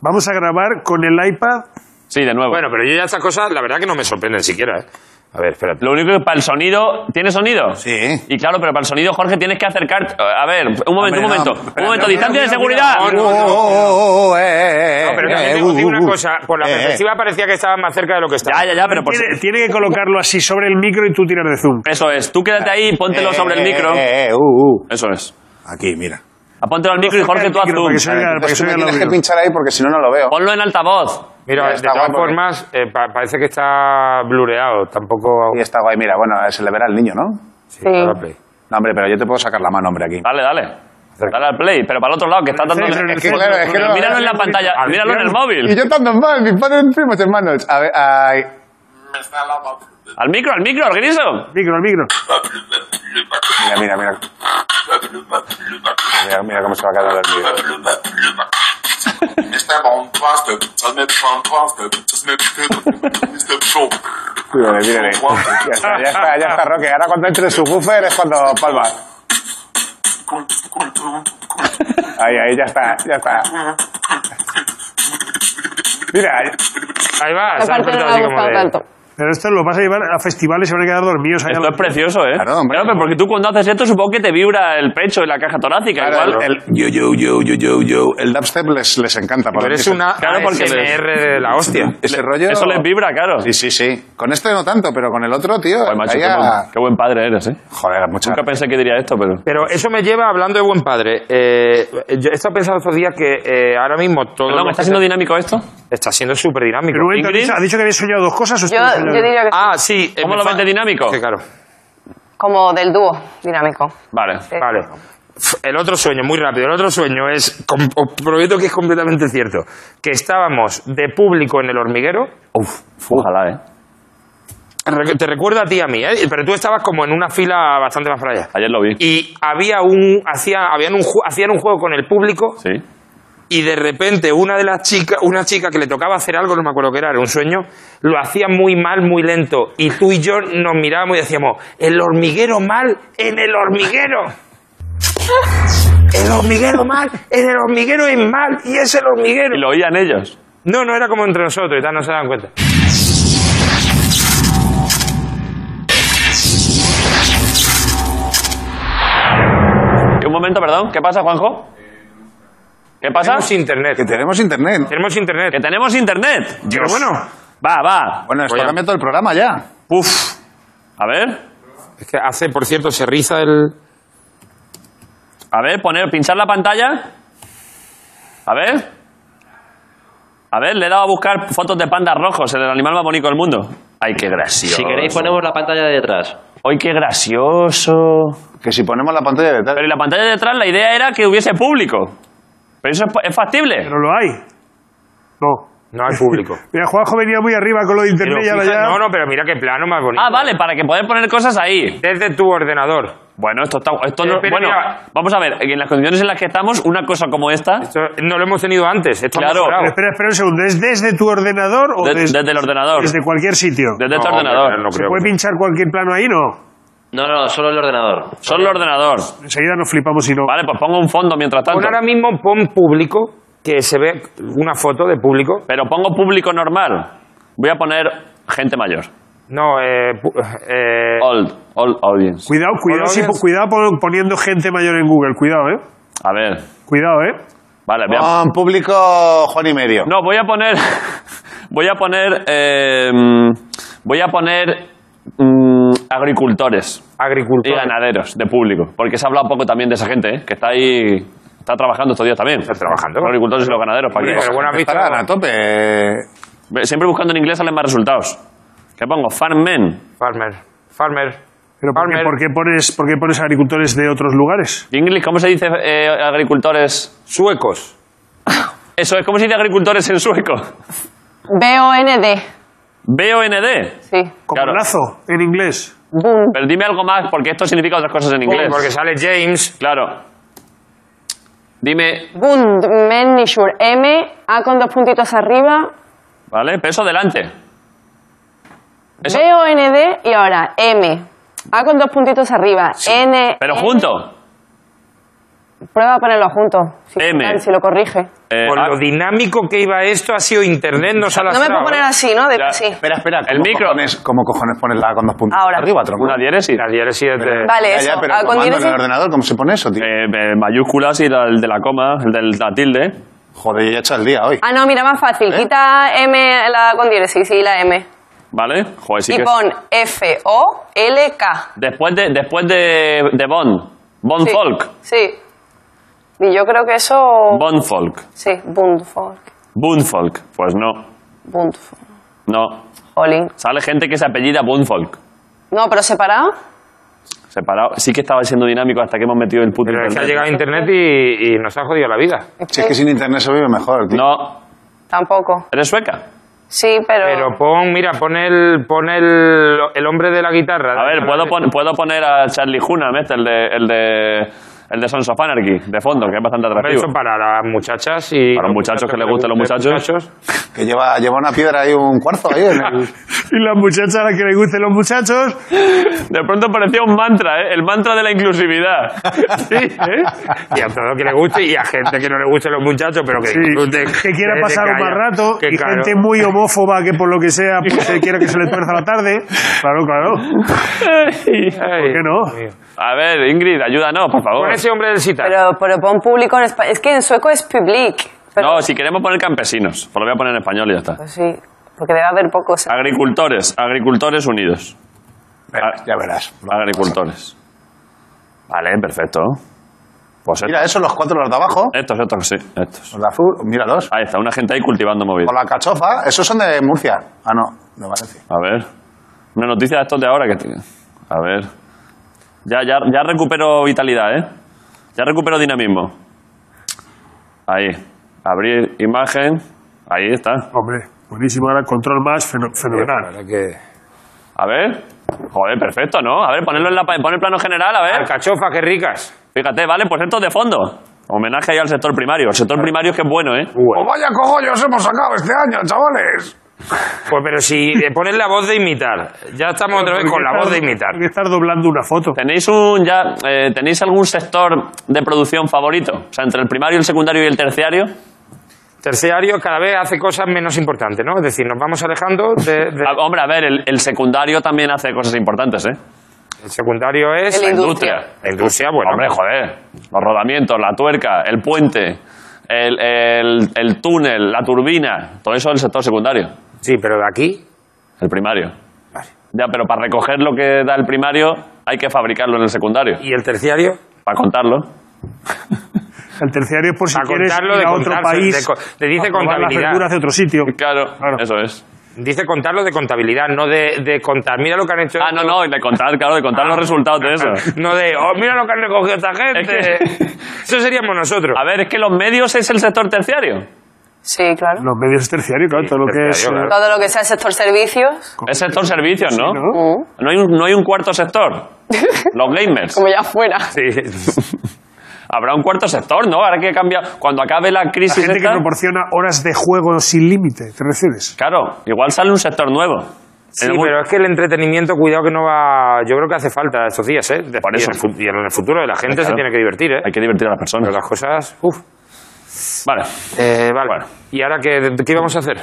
[SPEAKER 6] Vamos a grabar con el iPad.
[SPEAKER 1] Sí, de nuevo.
[SPEAKER 5] Bueno, pero yo ya estas cosas, la verdad que no me sorprenden siquiera, ¿eh? A ver, espérate.
[SPEAKER 1] Lo único que para el sonido... ¿Tiene sonido?
[SPEAKER 2] Sí.
[SPEAKER 1] Y claro, pero para el sonido, Jorge, tienes que acercarte... A ver, un momento,
[SPEAKER 2] Hombre,
[SPEAKER 1] un
[SPEAKER 2] no,
[SPEAKER 1] momento.
[SPEAKER 2] espera,
[SPEAKER 1] un momento,
[SPEAKER 2] no,
[SPEAKER 1] distancia
[SPEAKER 2] mira,
[SPEAKER 1] de
[SPEAKER 2] mira,
[SPEAKER 1] seguridad.
[SPEAKER 2] mira. Oh, oh, oh, oh, eh, eh,
[SPEAKER 5] No, pero
[SPEAKER 2] eh,
[SPEAKER 5] también
[SPEAKER 2] eh,
[SPEAKER 5] tengo que
[SPEAKER 2] uh,
[SPEAKER 5] decir una
[SPEAKER 2] uh, uh.
[SPEAKER 5] cosa. Por la
[SPEAKER 2] Eh, eh.
[SPEAKER 5] perspectiva parecía que estaba más cerca de lo que estaba.
[SPEAKER 1] Ya, ya, ya, pero por...
[SPEAKER 6] Tiene, tiene que colocarlo así sobre el micro y tú tirar de zoom.
[SPEAKER 1] Eso es. Tú quédate ahí, póntelo
[SPEAKER 2] Eh,
[SPEAKER 1] sobre el
[SPEAKER 2] eh,
[SPEAKER 1] micro.
[SPEAKER 2] eh, eh, uh, uh.
[SPEAKER 1] Eso es.
[SPEAKER 2] Aquí, mira.
[SPEAKER 1] Apóntelo al micro y Jorge, tú haz
[SPEAKER 6] Micro,
[SPEAKER 1] zoom.
[SPEAKER 6] para que se oiga- para que
[SPEAKER 2] Entonces
[SPEAKER 6] se
[SPEAKER 2] tú me
[SPEAKER 6] oiga el
[SPEAKER 2] tienes que
[SPEAKER 6] audio.
[SPEAKER 2] pinchar ahí porque si no, no lo veo.
[SPEAKER 1] Ponlo en altavoz.
[SPEAKER 5] Mira,
[SPEAKER 2] Ya
[SPEAKER 5] de
[SPEAKER 2] está
[SPEAKER 5] todas
[SPEAKER 2] guapo,
[SPEAKER 5] formas, eh, pa- parece que está blureado. Tampoco.
[SPEAKER 2] Y está guay, mira, bueno, se le verá al niño, ¿no?
[SPEAKER 5] Sí, ahora play.
[SPEAKER 2] No, hombre, pero yo te puedo sacar la mano, hombre, aquí.
[SPEAKER 1] Dale, dale. Dale al play, pero para el otro lado, que está dando...
[SPEAKER 6] centro, en el
[SPEAKER 1] Es que-
[SPEAKER 6] centro.
[SPEAKER 2] Claro, es que
[SPEAKER 1] pero
[SPEAKER 2] no-
[SPEAKER 1] míralo en la pantalla, míralo en el
[SPEAKER 2] Y
[SPEAKER 1] móvil.
[SPEAKER 2] yo tanto más, mis padres, primos, hermanos. A ver, ay.
[SPEAKER 1] Al micro, al micro, al griso.
[SPEAKER 6] Micro, al micro.
[SPEAKER 2] Mira, mira, mira. Mira, mira cómo se va a quedar dormido. Mírale, mírale. Ya está, ya está, ya está, Roque. Ahora cuando entre su buffer es cuando palma. Ahí, ahí, ya está, ya está. Mira,
[SPEAKER 5] Ahí va,
[SPEAKER 3] La
[SPEAKER 5] se ha
[SPEAKER 3] parte no
[SPEAKER 5] despertado
[SPEAKER 3] me ha
[SPEAKER 5] así como
[SPEAKER 3] gustado
[SPEAKER 5] de-
[SPEAKER 3] tanto.
[SPEAKER 6] Pero esto lo vas a llevar a festivales y se van a quedar dormidos. allá.
[SPEAKER 1] Esto es precioso, ¿eh?
[SPEAKER 2] Claro, hombre.
[SPEAKER 1] pero porque tú cuando haces esto supongo que te vibra el pecho y la caja torácica.
[SPEAKER 2] Claro,
[SPEAKER 1] igual.
[SPEAKER 2] el, el- yo, yo, yo, yo, yo, yo. El dubstep les, les encanta. por
[SPEAKER 5] Pero
[SPEAKER 2] lo
[SPEAKER 5] eres
[SPEAKER 2] menos.
[SPEAKER 5] una
[SPEAKER 1] Claro, porque-
[SPEAKER 5] ASMR de la hostia.
[SPEAKER 2] Ese rollo...
[SPEAKER 1] Eso les vibra, claro.
[SPEAKER 2] Sí, sí, sí. Con este no tanto, pero con el otro, tío...
[SPEAKER 1] Joder, macho,
[SPEAKER 2] ahí
[SPEAKER 1] qué,
[SPEAKER 2] a-
[SPEAKER 1] buen, qué buen padre eres, ¿eh?
[SPEAKER 2] Joder, mucha...
[SPEAKER 1] Nunca pensé que diría esto, pero...
[SPEAKER 5] Pero eso me lleva, hablando de buen padre, eh, yo he estado pensando estos días que eh, ahora mismo todo...
[SPEAKER 1] No,
[SPEAKER 5] lo
[SPEAKER 1] ¿me está
[SPEAKER 5] que
[SPEAKER 1] siendo
[SPEAKER 5] se-
[SPEAKER 1] dinámico esto?
[SPEAKER 5] está siendo súper dinámico.
[SPEAKER 6] Pero un momento, ¿ha
[SPEAKER 1] Ingrid.
[SPEAKER 6] dicho, ha dicho que habéis soñado dos cosas. o
[SPEAKER 3] Yo,
[SPEAKER 6] estáis soñando?
[SPEAKER 3] yo diría que es
[SPEAKER 5] Ah, sí. eh,
[SPEAKER 1] ¿Cómo
[SPEAKER 5] me
[SPEAKER 1] lo
[SPEAKER 5] fa-
[SPEAKER 1] ves de dinámico?
[SPEAKER 5] Sí, claro.
[SPEAKER 3] como del dúo dinámico.
[SPEAKER 1] Vale.
[SPEAKER 5] Vale. F- El otro sueño, muy rápido, el otro sueño es, com- os prometo que es completamente cierto, que estábamos de público en el hormiguero
[SPEAKER 1] Uf, ojalá, ¿eh?
[SPEAKER 5] re- te recuerda a ti y a mí, ¿eh? pero tú estabas como en una fila bastante más para allá.
[SPEAKER 1] Ayer lo vi.
[SPEAKER 5] Y había un, hacía, habían un, ju- hacían un juego con el público
[SPEAKER 1] Sí.
[SPEAKER 5] y de repente una de las chicas, una chica que le tocaba hacer algo, no me acuerdo qué era, era un sueño, lo hacía muy mal, muy lento. Y tú y yo nos mirábamos y decíamos, el hormiguero mal en el hormiguero. El hormiguero mal, en el hormiguero es mal, y es el hormiguero.
[SPEAKER 1] Y lo oían ellos.
[SPEAKER 5] No, no era como entre nosotros y tal, no se dan cuenta.
[SPEAKER 1] Y un momento, perdón. ¿Qué pasa, Juanjo? ¿Qué pasa?
[SPEAKER 5] Tenemos internet.
[SPEAKER 2] Que tenemos internet.
[SPEAKER 5] Tenemos
[SPEAKER 1] Que
[SPEAKER 5] internet.
[SPEAKER 1] tenemos internet.
[SPEAKER 5] Pero bueno,
[SPEAKER 1] Va, va.
[SPEAKER 2] Bueno, esto
[SPEAKER 5] Voy a-
[SPEAKER 2] cambia todo el programa ya.
[SPEAKER 1] Uf. A ver.
[SPEAKER 5] es que hace, por cierto, se riza el...
[SPEAKER 1] A ver, poner, pinchar la pantalla. A ver. A ver, le he dado a buscar fotos de pandas rojos, el animal más bonito del mundo. Ay, qué gracioso.
[SPEAKER 9] Si queréis ponemos la pantalla de detrás.
[SPEAKER 1] Ay, qué gracioso.
[SPEAKER 2] Que si ponemos la pantalla de tal.
[SPEAKER 1] Pero en la pantalla de detrás la idea era que hubiese público. Pero eso es, es factible.
[SPEAKER 6] Pero lo hay. No.
[SPEAKER 5] No hay público.
[SPEAKER 6] Mira, Juanjo venía muy arriba con lo de
[SPEAKER 5] Pero
[SPEAKER 6] internet y ahora
[SPEAKER 5] fija-
[SPEAKER 6] ya.
[SPEAKER 5] No, no, pero mira qué plano más bonito.
[SPEAKER 1] Ah, vale, para que podáis poner cosas ahí.
[SPEAKER 5] Desde tu ordenador.
[SPEAKER 1] Bueno, esto está. Esto no-
[SPEAKER 5] Eh, pero
[SPEAKER 1] bueno,
[SPEAKER 5] mira-
[SPEAKER 1] vamos a ver, en las condiciones en las que estamos, una cosa como esta,
[SPEAKER 5] Esto no lo hemos tenido antes. Esto ha
[SPEAKER 1] Claro.
[SPEAKER 5] mejorado.
[SPEAKER 6] Pero espera, espera un segundo. ¿Es desde tu ordenador o
[SPEAKER 1] de-
[SPEAKER 6] des-
[SPEAKER 1] desde el ordenador.
[SPEAKER 6] desde cualquier sitio?
[SPEAKER 1] Desde tu
[SPEAKER 5] No,
[SPEAKER 1] ordenador.
[SPEAKER 5] pero no
[SPEAKER 6] ¿Se
[SPEAKER 5] creo
[SPEAKER 6] puede
[SPEAKER 5] que-
[SPEAKER 6] pinchar cualquier plano ahí? No.
[SPEAKER 9] No, no, solo el ordenador.
[SPEAKER 1] Solo el ordenador.
[SPEAKER 6] Enseguida nos flipamos y no.
[SPEAKER 1] Vale, pues pongo un fondo mientras tanto.
[SPEAKER 5] Pon ahora mismo, pon público, que se ve una foto de público.
[SPEAKER 1] Pero pongo público normal. Voy a poner gente mayor.
[SPEAKER 5] No, eh, pu- eh,
[SPEAKER 1] Old, old audience.
[SPEAKER 6] Cuidado, cuidado, si-
[SPEAKER 5] Colores.
[SPEAKER 6] cuidado pon- poniendo gente mayor en Google. Cuidado, ¿eh?
[SPEAKER 1] A ver.
[SPEAKER 6] Cuidado, ¿eh?
[SPEAKER 1] Vale, voy
[SPEAKER 9] Ah.
[SPEAKER 1] a...
[SPEAKER 2] Con Ah, público Juan y medio.
[SPEAKER 1] No, voy a poner. Voy a poner. eh, mm, voy a poner. mm, agricultores y
[SPEAKER 5] agricultor.
[SPEAKER 1] ganaderos de público. Porque se ha hablado poco también de esa gente, ¿eh? Que está ahí. Está trabajando estos días también. Está
[SPEAKER 5] trabajando.
[SPEAKER 1] Los agricultores y los ganaderos. Para
[SPEAKER 5] Hombre,
[SPEAKER 1] que-
[SPEAKER 5] pero bueno, has visto-
[SPEAKER 2] Estarán a tope.
[SPEAKER 1] Ve- Siempre buscando en inglés salen más resultados. ¿Qué pongo? Farmmen.
[SPEAKER 5] Farmer. Farmer.
[SPEAKER 6] Pero ¿por qué,
[SPEAKER 5] Farmer.
[SPEAKER 6] por qué pones, por qué pones agricultores de otros lugares?
[SPEAKER 1] English, ¿cómo se dice eh, agricultores?
[SPEAKER 5] Suecos.
[SPEAKER 1] Eso es, ¿cómo se dice agricultores en sueco?
[SPEAKER 3] B-O-N-D.
[SPEAKER 1] B-O-N-D.
[SPEAKER 3] Sí.
[SPEAKER 6] Como
[SPEAKER 1] Claro.
[SPEAKER 6] lazo, en inglés.
[SPEAKER 3] Boom.
[SPEAKER 1] Pero dime algo más, porque esto significa otras cosas en inglés.
[SPEAKER 5] Porque sale James.
[SPEAKER 1] Claro. Dime,
[SPEAKER 3] Bund. Mennishur. M. A con dos puntitos arriba.
[SPEAKER 1] ¿vale? Peso delante. Eso-
[SPEAKER 3] B-O-N-D. Y ahora M. A con dos puntitos arriba. N.
[SPEAKER 1] Pero
[SPEAKER 3] N.
[SPEAKER 1] junto.
[SPEAKER 3] Prueba a ponerlo juntos. Si,
[SPEAKER 1] M.
[SPEAKER 3] tal, si lo corrige.
[SPEAKER 1] Eh,
[SPEAKER 5] Por
[SPEAKER 1] ah,
[SPEAKER 5] lo dinámico que iba esto, ha sido internet, nos ha
[SPEAKER 3] No me puedo
[SPEAKER 5] lastrado,
[SPEAKER 3] poner
[SPEAKER 5] ¿eh?
[SPEAKER 3] así, ¿no? De,
[SPEAKER 1] Ya.
[SPEAKER 3] sí.
[SPEAKER 2] Espera, espera.
[SPEAKER 1] El
[SPEAKER 2] ¿cómo
[SPEAKER 1] micro.
[SPEAKER 2] Cojones, ¿Cómo cojones pones la con dos puntos
[SPEAKER 3] Ahora.
[SPEAKER 2] arriba, tronco?
[SPEAKER 1] una diéresis.
[SPEAKER 5] La diéresis de-
[SPEAKER 3] Vale,
[SPEAKER 2] Ya,
[SPEAKER 3] eso.
[SPEAKER 2] ya, pero
[SPEAKER 3] Ah,
[SPEAKER 2] el
[SPEAKER 3] con
[SPEAKER 2] comando en el
[SPEAKER 3] diéresis.
[SPEAKER 2] ordenador, ¿cómo se pone eso, tío?
[SPEAKER 1] Eh, eh, mayúsculas y la- el de la coma, el de la tilde.
[SPEAKER 2] Joder, ya he hecho el día hoy.
[SPEAKER 3] Ah, no, mira, más fácil.
[SPEAKER 2] ¿Eh?
[SPEAKER 3] Quita M la con diéresis y la M.
[SPEAKER 1] ¿Vale? Joder, sí
[SPEAKER 3] y
[SPEAKER 1] que-
[SPEAKER 3] pon F-O-L-K.
[SPEAKER 1] Después de, después de, de Bond. Bond
[SPEAKER 3] Sí.
[SPEAKER 1] Folk.
[SPEAKER 3] Sí. Y yo creo que eso...
[SPEAKER 1] Bond Folk.
[SPEAKER 3] Sí, Bundfolk.
[SPEAKER 1] Bundfolk. Pues no,
[SPEAKER 3] Bundfolk.
[SPEAKER 1] no.
[SPEAKER 3] Jolín.
[SPEAKER 1] Sale gente que se apellida Bundfolk.
[SPEAKER 3] No, pero separado.
[SPEAKER 1] Separado. Sí que estaba siendo dinámico hasta que hemos metido el puto
[SPEAKER 5] Pero es que ha
[SPEAKER 1] internet.
[SPEAKER 5] llegado internet y, y nos ha jodido la vida.
[SPEAKER 2] Si
[SPEAKER 3] eh.
[SPEAKER 2] es que sin internet se vive mejor, tío.
[SPEAKER 1] No.
[SPEAKER 3] Tampoco.
[SPEAKER 1] ¿Eres sueca?
[SPEAKER 3] Sí, pero...
[SPEAKER 5] Pero pon, mira, pon el, pon el, el hombre de la guitarra.
[SPEAKER 1] A ver, puedo, pon- puedo poner a Charlie Hunnam, este, el de, el de, el de Sons of Anarchy, de fondo, que es bastante
[SPEAKER 5] Hombre,
[SPEAKER 1] atractivo.
[SPEAKER 5] Eso para las muchachas y...
[SPEAKER 1] Para los muchachos que les gustan los muchachos.
[SPEAKER 2] Que lleva, lleva una piedra ahí, un cuarzo ahí. en el-
[SPEAKER 6] Y las muchachas a las que les gusten los muchachos.
[SPEAKER 1] De pronto parecía un mantra, ¿eh? El mantra de la inclusividad.
[SPEAKER 5] Sí, ¿eh? Y a todo que le guste y a gente que no le guste los muchachos, pero que
[SPEAKER 6] Sí,
[SPEAKER 5] disfrute.
[SPEAKER 6] que quiera
[SPEAKER 5] de- de
[SPEAKER 6] pasar un
[SPEAKER 5] que
[SPEAKER 6] más
[SPEAKER 5] haya-
[SPEAKER 6] rato
[SPEAKER 5] que
[SPEAKER 6] y
[SPEAKER 5] claro.
[SPEAKER 6] gente muy homófoba que por lo que sea pues, eh, quiera que se le tuerza la tarde. Claro, claro.
[SPEAKER 5] Ay,
[SPEAKER 6] ¿Por qué no?
[SPEAKER 5] Dios mío.
[SPEAKER 1] A ver, Ingrid, ayúdanos, por favor.
[SPEAKER 5] Pon ese hombre del sitar.
[SPEAKER 3] Pero, pero pon público en español. Es que en sueco es public. Pero,
[SPEAKER 1] No, si queremos poner campesinos, pues lo voy a poner en español y ya está.
[SPEAKER 3] Pues sí, porque debe haber pocos.
[SPEAKER 1] Ah. Agricultores, agricultores unidos.
[SPEAKER 2] Verás, ya verás.
[SPEAKER 1] Agricultores. Vale, perfecto. Pues
[SPEAKER 2] Mira,
[SPEAKER 1] estos,
[SPEAKER 2] esos los cuatro los de abajo.
[SPEAKER 1] estos, estos, sí, estos.
[SPEAKER 2] Los de azul, míralos.
[SPEAKER 1] Ahí está, una gente ahí cultivando
[SPEAKER 2] Con
[SPEAKER 1] movida.
[SPEAKER 2] la cachofa, esos son de Murcia. Ah, no, de Valencia.
[SPEAKER 1] A ver. Una noticia de estos de ahora que... te- A ver. Ya, ya, ya recupero vitalidad, ¿eh? Ya recupero dinamismo. Ahí. Abrir imagen. Ahí está.
[SPEAKER 6] Hombre, buenísimo. Ahora control más, feno- fenomenal.
[SPEAKER 5] Ahora que-
[SPEAKER 1] A ver. Joder, perfecto, ¿no? A ver, ponerlo en la, pa- pon el plano general, a ver.
[SPEAKER 5] Alcachofa, qué ricas.
[SPEAKER 1] Fíjate, vale, pues esto es de fondo. Homenaje ahí al sector primario. El sector primario es que es bueno, ¿eh?
[SPEAKER 2] ¡Oh, vaya cogollos hemos sacado este año, chavales!
[SPEAKER 5] Pues pero si le pones la voz de imitar, ya estamos otra vez con la voz de imitar.
[SPEAKER 6] Hay que estar doblando una foto.
[SPEAKER 1] ¿Tenéis un ya eh, tenéis algún sector de producción favorito? O sea, entre el primario, el secundario y el terciario.
[SPEAKER 5] Terciario cada vez hace cosas menos importantes, ¿no? Es decir, nos vamos alejando de- de-
[SPEAKER 1] Ah, hombre, a ver, el, el secundario también hace cosas importantes, ¿eh?
[SPEAKER 5] El secundario es...
[SPEAKER 3] El
[SPEAKER 5] La
[SPEAKER 3] industria.
[SPEAKER 5] La industria, bueno.
[SPEAKER 1] Hombre, joder. Los rodamientos, la tuerca, el puente, el, el- el túnel, la turbina. Todo eso es el sector secundario,
[SPEAKER 5] Sí, pero de aquí...
[SPEAKER 1] el primario. Ya, pero para recoger lo que da el primario hay que fabricarlo en el secundario,
[SPEAKER 5] ¿Y el terciario?
[SPEAKER 1] para contarlo.
[SPEAKER 6] El terciario es por si
[SPEAKER 5] A
[SPEAKER 6] quieres ir
[SPEAKER 5] contarlo de
[SPEAKER 6] a otro
[SPEAKER 5] contarse,
[SPEAKER 6] país.
[SPEAKER 5] de co- te dice
[SPEAKER 6] a probar
[SPEAKER 5] contabilidad.
[SPEAKER 6] La verdura hacia otro sitio.
[SPEAKER 1] Claro, eso es.
[SPEAKER 5] Dice contarlo de contabilidad, no de, de contar. Mira lo que han hecho...
[SPEAKER 1] Ah, no, no, y de contar, claro, de contar los resultados de eso.
[SPEAKER 5] No de, oh, mira lo que han recogido esta gente.
[SPEAKER 1] Ah. Es
[SPEAKER 5] Eso seríamos nosotros.
[SPEAKER 1] A ver, es que los medios es el sector terciario.
[SPEAKER 3] Sí, claro.
[SPEAKER 6] Los medios es terciario, claro, todo lo que es.
[SPEAKER 5] terciario,
[SPEAKER 6] eh,
[SPEAKER 3] Todo lo que sea sector servicios,
[SPEAKER 1] Es sector servicios, ¿no?
[SPEAKER 6] ¿no?
[SPEAKER 3] Mm.
[SPEAKER 1] No hay, un, no hay un cuarto sector. Los gamers.
[SPEAKER 3] como ya fuera.
[SPEAKER 5] Sí.
[SPEAKER 1] Habrá un cuarto sector, ¿no? Ahora que cambia. Cuando acabe la
[SPEAKER 6] La
[SPEAKER 1] crisis.
[SPEAKER 6] gente que
[SPEAKER 1] esta,
[SPEAKER 6] proporciona horas de juego sin límite, ¿te refieres?
[SPEAKER 1] Claro, igual sale un sector nuevo.
[SPEAKER 5] Sí,
[SPEAKER 1] En algún-
[SPEAKER 5] pero es que el entretenimiento, cuidado que no va. Yo creo que hace falta estos días, ¿eh? De-
[SPEAKER 1] Por
[SPEAKER 5] y
[SPEAKER 1] eso.
[SPEAKER 5] en el fu- Y en el futuro de la gente se
[SPEAKER 1] Claro.
[SPEAKER 5] tiene que divertir, ¿eh?
[SPEAKER 1] Hay que divertir a las
[SPEAKER 5] Pero
[SPEAKER 1] personas.
[SPEAKER 5] las cosas. Uf.
[SPEAKER 1] Vale.
[SPEAKER 5] Eh, vale.
[SPEAKER 1] Bueno.
[SPEAKER 5] ¿Y ahora qué, qué íbamos a hacer?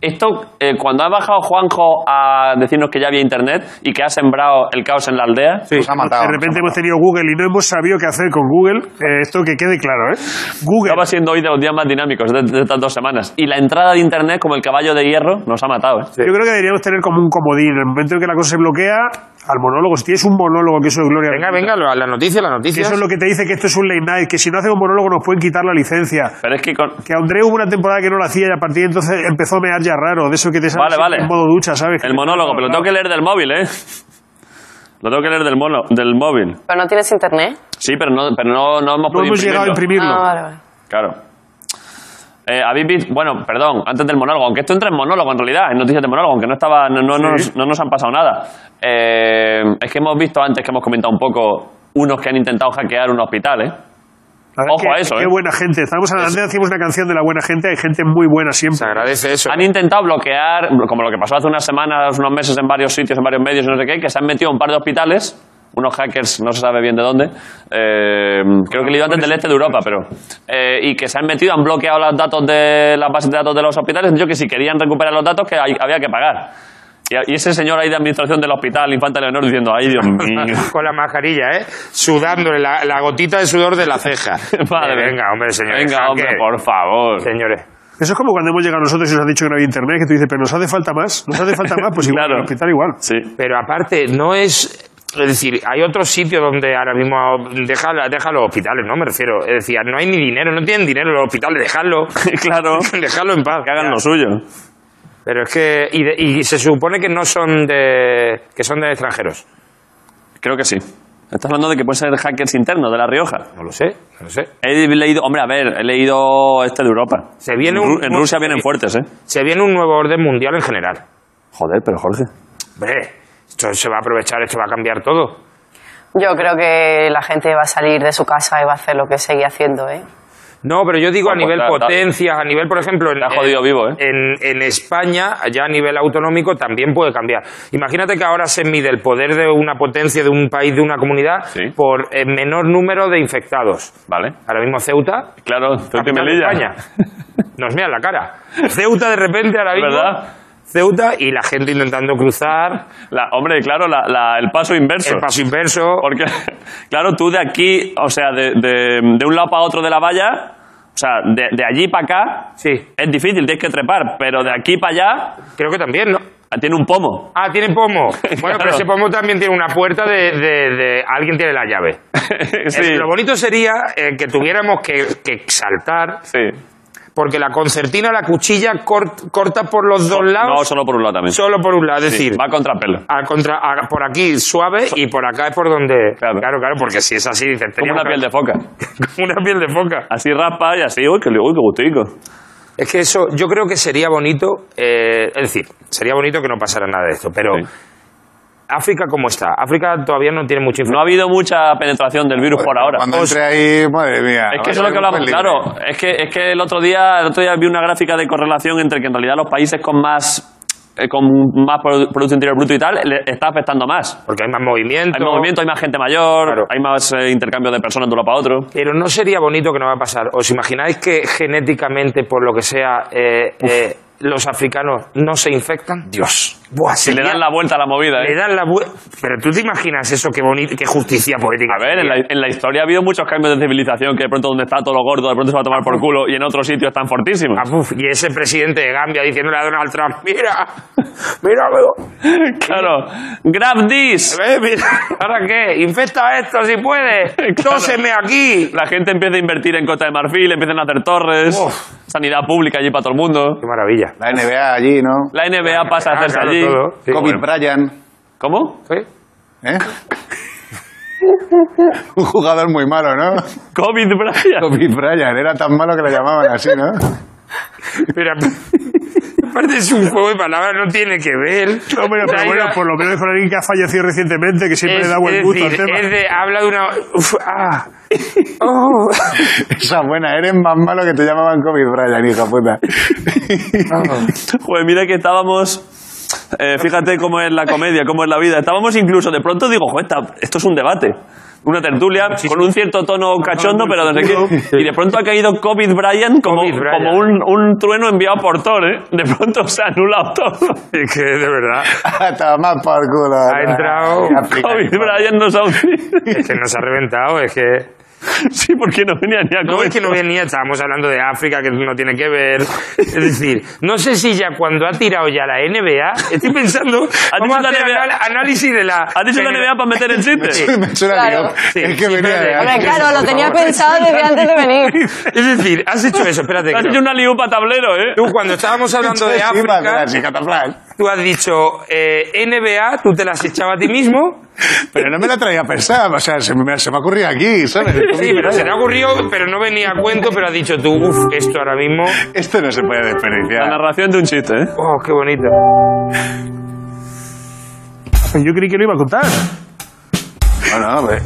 [SPEAKER 1] Esto, eh, cuando ha bajado Juanjo a decirnos que ya había internet y que ha sembrado el caos en la aldea,
[SPEAKER 2] Nos ha matado.
[SPEAKER 6] de repente pues, hemos tenido Google y no hemos sabido qué hacer con Google. Eh, esto que quede claro, ¿eh? Google.
[SPEAKER 1] estaba siendo hoy de los días más dinámicos de, de estas dos semanas. Y la entrada de internet, como el caballo de hierro, nos ha matado, ¿eh?
[SPEAKER 6] Yo creo que deberíamos tener como un comodín. En el momento en que la cosa se bloquea, al monólogo. Si tienes un monólogo, que eso es Gloria.
[SPEAKER 5] Venga, venga, lo- la noticia, la
[SPEAKER 6] Que
[SPEAKER 5] noticia.
[SPEAKER 6] eso es lo que te dice que esto es un late night, que si no hacemos monólogo nos pueden quitar la licencia.
[SPEAKER 1] Pero es que con,
[SPEAKER 6] Que a Andreu hubo una temporada que no lo hacía y a partir de entonces empezó a mear ya raro, de eso que te sale
[SPEAKER 1] Vale, vale.
[SPEAKER 6] en modo ducha, ¿sabes?
[SPEAKER 1] El monólogo, pero lo tengo que leer del móvil, ¿eh? Lo tengo que leer del, mono, del móvil.
[SPEAKER 3] Pero no tienes internet.
[SPEAKER 1] Sí, pero no, pero no, no hemos
[SPEAKER 6] No
[SPEAKER 1] podido
[SPEAKER 6] hemos llegado a
[SPEAKER 1] imprimirlo.
[SPEAKER 6] imprimirlo.
[SPEAKER 3] Ah, vale, vale.
[SPEAKER 1] Claro. Eh, habéis visto- bueno, perdón, antes del monólogo, aunque esto entra en monólogo en realidad, en noticias de monólogo, aunque no estaba, no, no- no nos, no nos han pasado nada. Eh, es que hemos visto antes que hemos comentado un poco unos que han intentado hackear un hospital, ¿eh?
[SPEAKER 6] La verdad
[SPEAKER 1] Ojo
[SPEAKER 6] que-
[SPEAKER 1] a eso,
[SPEAKER 6] Qué
[SPEAKER 1] ¿eh?
[SPEAKER 6] buena gente. Estábamos antes hacíamos una canción de la buena gente, hay gente muy buena siempre.
[SPEAKER 5] Se agradece eso.
[SPEAKER 1] Han intentado bloquear, como lo que pasó hace unas semanas, unos meses en varios sitios, en varios medios, y no sé qué, que se han metido un par de hospitales, unos hackers, no se sabe bien de dónde, eh, creo que le dio antes del este de Europa, pero. eh, y que se han metido, han bloqueado los datos de las bases de datos de los hospitales, han dicho que si querían recuperar los datos, que hay- había que pagar. Y, y ese señor ahí de administración del hospital, Infanta Leonor, diciendo, ay, Dios mío.
[SPEAKER 5] Con la mascarilla, ¿eh? Sudándole la, la gotita de sudor de la ceja.
[SPEAKER 1] Madre.
[SPEAKER 5] Eh, venga, hombre, señores.
[SPEAKER 1] Venga,
[SPEAKER 5] hacker.
[SPEAKER 1] hombre, por favor.
[SPEAKER 5] Señores.
[SPEAKER 6] Eso es como cuando hemos llegado nosotros y nos han dicho que no había internet, que tú dices, pero nos hace falta más, nos hace falta más, pues igual,
[SPEAKER 1] Claro.
[SPEAKER 6] en el hospital igual.
[SPEAKER 1] Sí.
[SPEAKER 5] Pero aparte, no es. Es decir, hay otros sitios donde ahora mismo deja, deja los hospitales, ¿no? Me refiero. Es decir, no hay ni dinero, no tienen dinero los hospitales, dejadlo.
[SPEAKER 1] claro.
[SPEAKER 5] dejadlo en paz.
[SPEAKER 1] Que hagan lo suyo.
[SPEAKER 5] Pero es que. Y, de- y se supone que no son de. que son de extranjeros.
[SPEAKER 1] Creo que sí. Estás hablando de que pueden ser hackers internos de La Rioja.
[SPEAKER 5] No lo sé, no lo sé.
[SPEAKER 1] He leído, hombre, a ver, he leído este de Europa.
[SPEAKER 5] Se viene
[SPEAKER 1] en, Ru-
[SPEAKER 5] un-
[SPEAKER 1] en Rusia vienen fuertes, ¿eh?
[SPEAKER 5] Se viene un nuevo orden mundial en general.
[SPEAKER 1] Joder, pero Jorge.
[SPEAKER 5] Hombre, esto se va a aprovechar, esto va a cambiar todo.
[SPEAKER 3] Yo creo que la gente va a salir de su casa y va a hacer lo que seguía haciendo, ¿eh?
[SPEAKER 5] No, pero yo digo a
[SPEAKER 1] Bueno, pues
[SPEAKER 5] nivel
[SPEAKER 1] está- está-
[SPEAKER 5] potencias, a nivel, por ejemplo, en,
[SPEAKER 1] Está jodido vivo, ¿eh?
[SPEAKER 5] en, en España, ya a nivel autonómico, también puede cambiar. Imagínate que ahora se mide el poder de una potencia, de un país, de una comunidad,
[SPEAKER 1] Sí.
[SPEAKER 5] por el menor número de infectados.
[SPEAKER 1] Vale.
[SPEAKER 5] Ahora mismo Ceuta,
[SPEAKER 1] Claro, Ceuta y
[SPEAKER 5] capital de
[SPEAKER 1] Melilla.
[SPEAKER 5] España. Nos miran la cara. Ceuta de repente ahora
[SPEAKER 1] Es
[SPEAKER 5] mismo.
[SPEAKER 1] verdad.
[SPEAKER 5] Ceuta y la gente intentando cruzar
[SPEAKER 1] La- hombre, claro, la- la- el paso inverso.
[SPEAKER 5] el paso inverso.
[SPEAKER 1] Porque, claro, tú de aquí, o sea, de, de- de un lado para otro de la valla, o sea, de, de allí para acá,
[SPEAKER 5] Sí,
[SPEAKER 1] es difícil, tienes que trepar, pero de aquí para allá,
[SPEAKER 5] creo que también, ¿no?
[SPEAKER 1] tiene un pomo.
[SPEAKER 5] Ah, tiene pomo. Bueno,
[SPEAKER 1] Claro.
[SPEAKER 5] pero ese pomo también tiene una puerta de- de- de alguien tiene la llave.
[SPEAKER 1] sí,
[SPEAKER 5] Es- Lo bonito sería eh, que tuviéramos que, que saltar,
[SPEAKER 1] sí.
[SPEAKER 5] porque la concertina, la cuchilla cort- corta por los dos lados,
[SPEAKER 1] No, solo por un lado también.
[SPEAKER 5] solo por un lado. Es
[SPEAKER 1] Sí,
[SPEAKER 5] decir,
[SPEAKER 1] va contra pelo.
[SPEAKER 5] a contra, a- por aquí suave y por acá es por donde.
[SPEAKER 1] Claro.
[SPEAKER 5] Claro, claro, porque si es así, dices,
[SPEAKER 1] Como
[SPEAKER 5] teníamos
[SPEAKER 1] una
[SPEAKER 5] que-
[SPEAKER 1] piel de foca.
[SPEAKER 5] como una piel de foca.
[SPEAKER 1] Así raspa y así, uy, qué, uy, qué gustico.
[SPEAKER 5] Es que eso, yo creo que sería bonito, eh, es decir, sería bonito que no pasara nada de esto, pero
[SPEAKER 1] Sí.
[SPEAKER 5] África, ¿cómo está? África todavía no tiene mucha
[SPEAKER 1] No ha
[SPEAKER 5] información.
[SPEAKER 1] habido mucha penetración del virus por ahora.
[SPEAKER 2] Cuando entre ahí, madre mía.
[SPEAKER 1] Es que eso es lo que hablamos, claro. Es que, es que el, otro día, el otro día vi una gráfica de correlación entre que en realidad los países con más eh, con más produ- Producto Interior Bruto y tal, le está afectando más.
[SPEAKER 5] Porque hay más movimiento.
[SPEAKER 1] Hay más movimiento, hay más gente mayor,
[SPEAKER 5] Claro.
[SPEAKER 1] hay más eh, intercambio de personas de uno para otro.
[SPEAKER 5] Pero no sería bonito que no va a pasar. ¿Os imagináis que genéticamente, por lo que sea, eh, eh, los africanos no se infectan? Dios. Buah,
[SPEAKER 1] Si le dan la vuelta a la movida, ¿eh?
[SPEAKER 5] Le dan la bu- Pero tú te imaginas eso, qué bonito, qué justicia política.
[SPEAKER 1] A ver, en la, en la historia ha habido muchos cambios de civilización que de pronto donde está todo lo gordo, de pronto se va a tomar por culo y en otros sitios están fortísimos.
[SPEAKER 5] Ah, uf, y ese presidente de Gambia diciéndole a Donald Trump, mira, mira, amigo,
[SPEAKER 1] Claro. Grab this.
[SPEAKER 5] eh, mira, ¿ahora qué? Infecta esto si puedes, tóseme aquí.
[SPEAKER 1] La gente empieza a invertir en Costa de Marfil, empiezan a hacer torres, sanidad pública allí para todo el mundo.
[SPEAKER 5] Qué maravilla.
[SPEAKER 2] La NBA allí, ¿no?
[SPEAKER 1] La NBA pasa a
[SPEAKER 5] Ah,
[SPEAKER 1] hacerse
[SPEAKER 5] claro,
[SPEAKER 1] allí.
[SPEAKER 5] todo. Sí,
[SPEAKER 2] Kobe
[SPEAKER 5] bueno.
[SPEAKER 2] Bryant,
[SPEAKER 1] ¿Cómo?
[SPEAKER 5] Sí.
[SPEAKER 2] ¿eh? Un jugador muy malo, ¿no?
[SPEAKER 1] COVID Bryant.
[SPEAKER 2] Kobe Bryant, era tan malo que lo llamaban así, ¿no?
[SPEAKER 5] Mira, aparte es un juego de palabras, no tiene que ver.
[SPEAKER 6] No, pero, pero
[SPEAKER 5] La
[SPEAKER 6] bueno,
[SPEAKER 5] idea
[SPEAKER 6] por lo menos con alguien que ha fallecido recientemente, que siempre
[SPEAKER 5] es-
[SPEAKER 6] le da buen
[SPEAKER 5] es
[SPEAKER 6] gusto al
[SPEAKER 5] decir,
[SPEAKER 6] tema.
[SPEAKER 5] es de- habla de una... uf, ah.
[SPEAKER 2] Esa buena, eres más malo que te llamaban Kobe Bryant, hijo puta.
[SPEAKER 1] Joder, mira que estábamos. eh, fíjate cómo es la comedia, cómo es la vida. Estábamos incluso, de pronto digo, joder, esta- esto es un debate. Una tertulia con un cierto tono cachondo, pero desde que. Y de pronto ha caído COVID Bryant como,
[SPEAKER 5] Kobe Bryant.
[SPEAKER 1] como un, un trueno enviado por Thor, ¿eh? De pronto se ha anulado todo.
[SPEAKER 5] Es que de verdad,
[SPEAKER 2] A tomar por culo.
[SPEAKER 5] Ha entrado
[SPEAKER 1] COVID Bryant nos ha hundido.
[SPEAKER 5] es que nos ha reventado, es que...
[SPEAKER 1] Sí, porque no venía ni a
[SPEAKER 5] No
[SPEAKER 1] comer.
[SPEAKER 5] es que no venía, estábamos hablando de África, que no tiene que ver. Es decir, no sé si ya cuando ha tirado ya la NBA, estoy pensando, vamos
[SPEAKER 1] dicho
[SPEAKER 5] a
[SPEAKER 1] la
[SPEAKER 5] hacer
[SPEAKER 1] NBA.
[SPEAKER 5] anal- análisis de la...
[SPEAKER 1] ¿Has dicho la NBA para meter el chiste?
[SPEAKER 2] Me suena
[SPEAKER 3] Claro.
[SPEAKER 2] lío.
[SPEAKER 5] Sí,
[SPEAKER 2] es que
[SPEAKER 5] sí,
[SPEAKER 2] venía
[SPEAKER 5] pero-
[SPEAKER 2] de
[SPEAKER 3] Hombre,
[SPEAKER 5] Eso,
[SPEAKER 3] claro,
[SPEAKER 5] por
[SPEAKER 3] lo tenía
[SPEAKER 5] favor.
[SPEAKER 3] pensado desde antes de venir.
[SPEAKER 5] Es decir, has hecho eso, espérate.
[SPEAKER 1] Has
[SPEAKER 5] que no.
[SPEAKER 1] hecho una liupa tablero, ¿eh?
[SPEAKER 5] Tú cuando estábamos hablando de
[SPEAKER 2] Sí, más de
[SPEAKER 5] África,
[SPEAKER 2] las hijas de Fran.
[SPEAKER 5] tú has dicho eh, NBA, tú te las echabas a ti mismo.
[SPEAKER 2] Pero no me la traía pensada, o sea, se me, se me ocurría aquí, ¿sabes?
[SPEAKER 5] Sí, pero se te ha ocurrido, pero no venía a cuento, pero has dicho tú, uff, esto ahora mismo.
[SPEAKER 2] Esto no se puede
[SPEAKER 1] La
[SPEAKER 2] desperdiciar.
[SPEAKER 1] narración de un chiste, ¿eh?
[SPEAKER 5] Oh, qué bonito.
[SPEAKER 6] Yo creí que no iba a contar.
[SPEAKER 2] No, no, pues,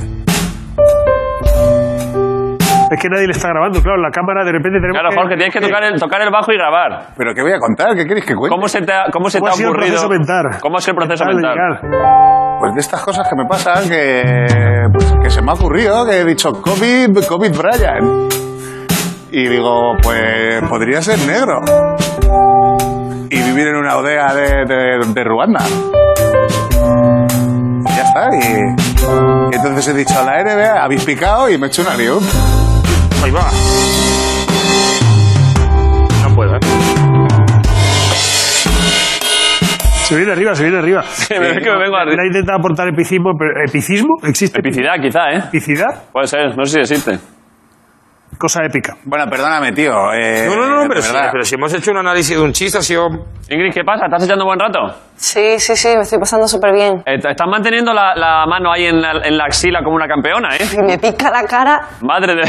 [SPEAKER 6] Es que nadie le está grabando, claro, la cámara de repente tenemos
[SPEAKER 1] Claro,
[SPEAKER 6] que...
[SPEAKER 1] Jorge, tienes que tocar el, tocar el bajo y grabar.
[SPEAKER 2] ¿Pero qué voy a contar? ¿Qué queréis que cuente?
[SPEAKER 1] ¿Cómo se te ha, cómo se te
[SPEAKER 6] ¿Cómo ha
[SPEAKER 1] ha
[SPEAKER 6] sido el
[SPEAKER 1] ocurrido?
[SPEAKER 6] proceso mental?
[SPEAKER 1] ¿Cómo es el proceso
[SPEAKER 6] Dale,
[SPEAKER 1] mental?
[SPEAKER 6] llegar.
[SPEAKER 2] Pues de estas cosas que me pasan, que, pues, que se me ha ocurrido, que he dicho COVID, COVID Brian. Y digo, pues podría ser negro. Y vivir en una aldea de, de- de Ruanda. Y ya está. Y, y entonces he dicho a la NBA, habéis picado y me he hecho una liu.
[SPEAKER 5] Ahí va. No puedo, ¿eh?
[SPEAKER 6] Se viene arriba, se viene arriba.
[SPEAKER 1] Pero es que me vengo a
[SPEAKER 6] Él ha intentado aportar epicismo, pero ¿epicismo? ¿Existe
[SPEAKER 1] Epicidad, quizá, ¿eh?
[SPEAKER 6] epicidad?
[SPEAKER 1] Puede ser, no sé si existe.
[SPEAKER 6] Cosa épica.
[SPEAKER 2] Bueno, perdóname, tío. eh,
[SPEAKER 5] No, no, no, pero
[SPEAKER 2] de
[SPEAKER 5] si,
[SPEAKER 2] verdad.
[SPEAKER 5] pero si hemos hecho un análisis de un chiste, ha sido.
[SPEAKER 1] Ingrid, ¿qué pasa? ¿Estás echando buen rato?
[SPEAKER 3] Sí, sí, sí, me estoy pasando súper bien.
[SPEAKER 1] Eh, ¿Estás manteniendo la, la mano ahí en la, en la axila como una campeona, eh?
[SPEAKER 3] Y me pica la cara,
[SPEAKER 1] Madre de...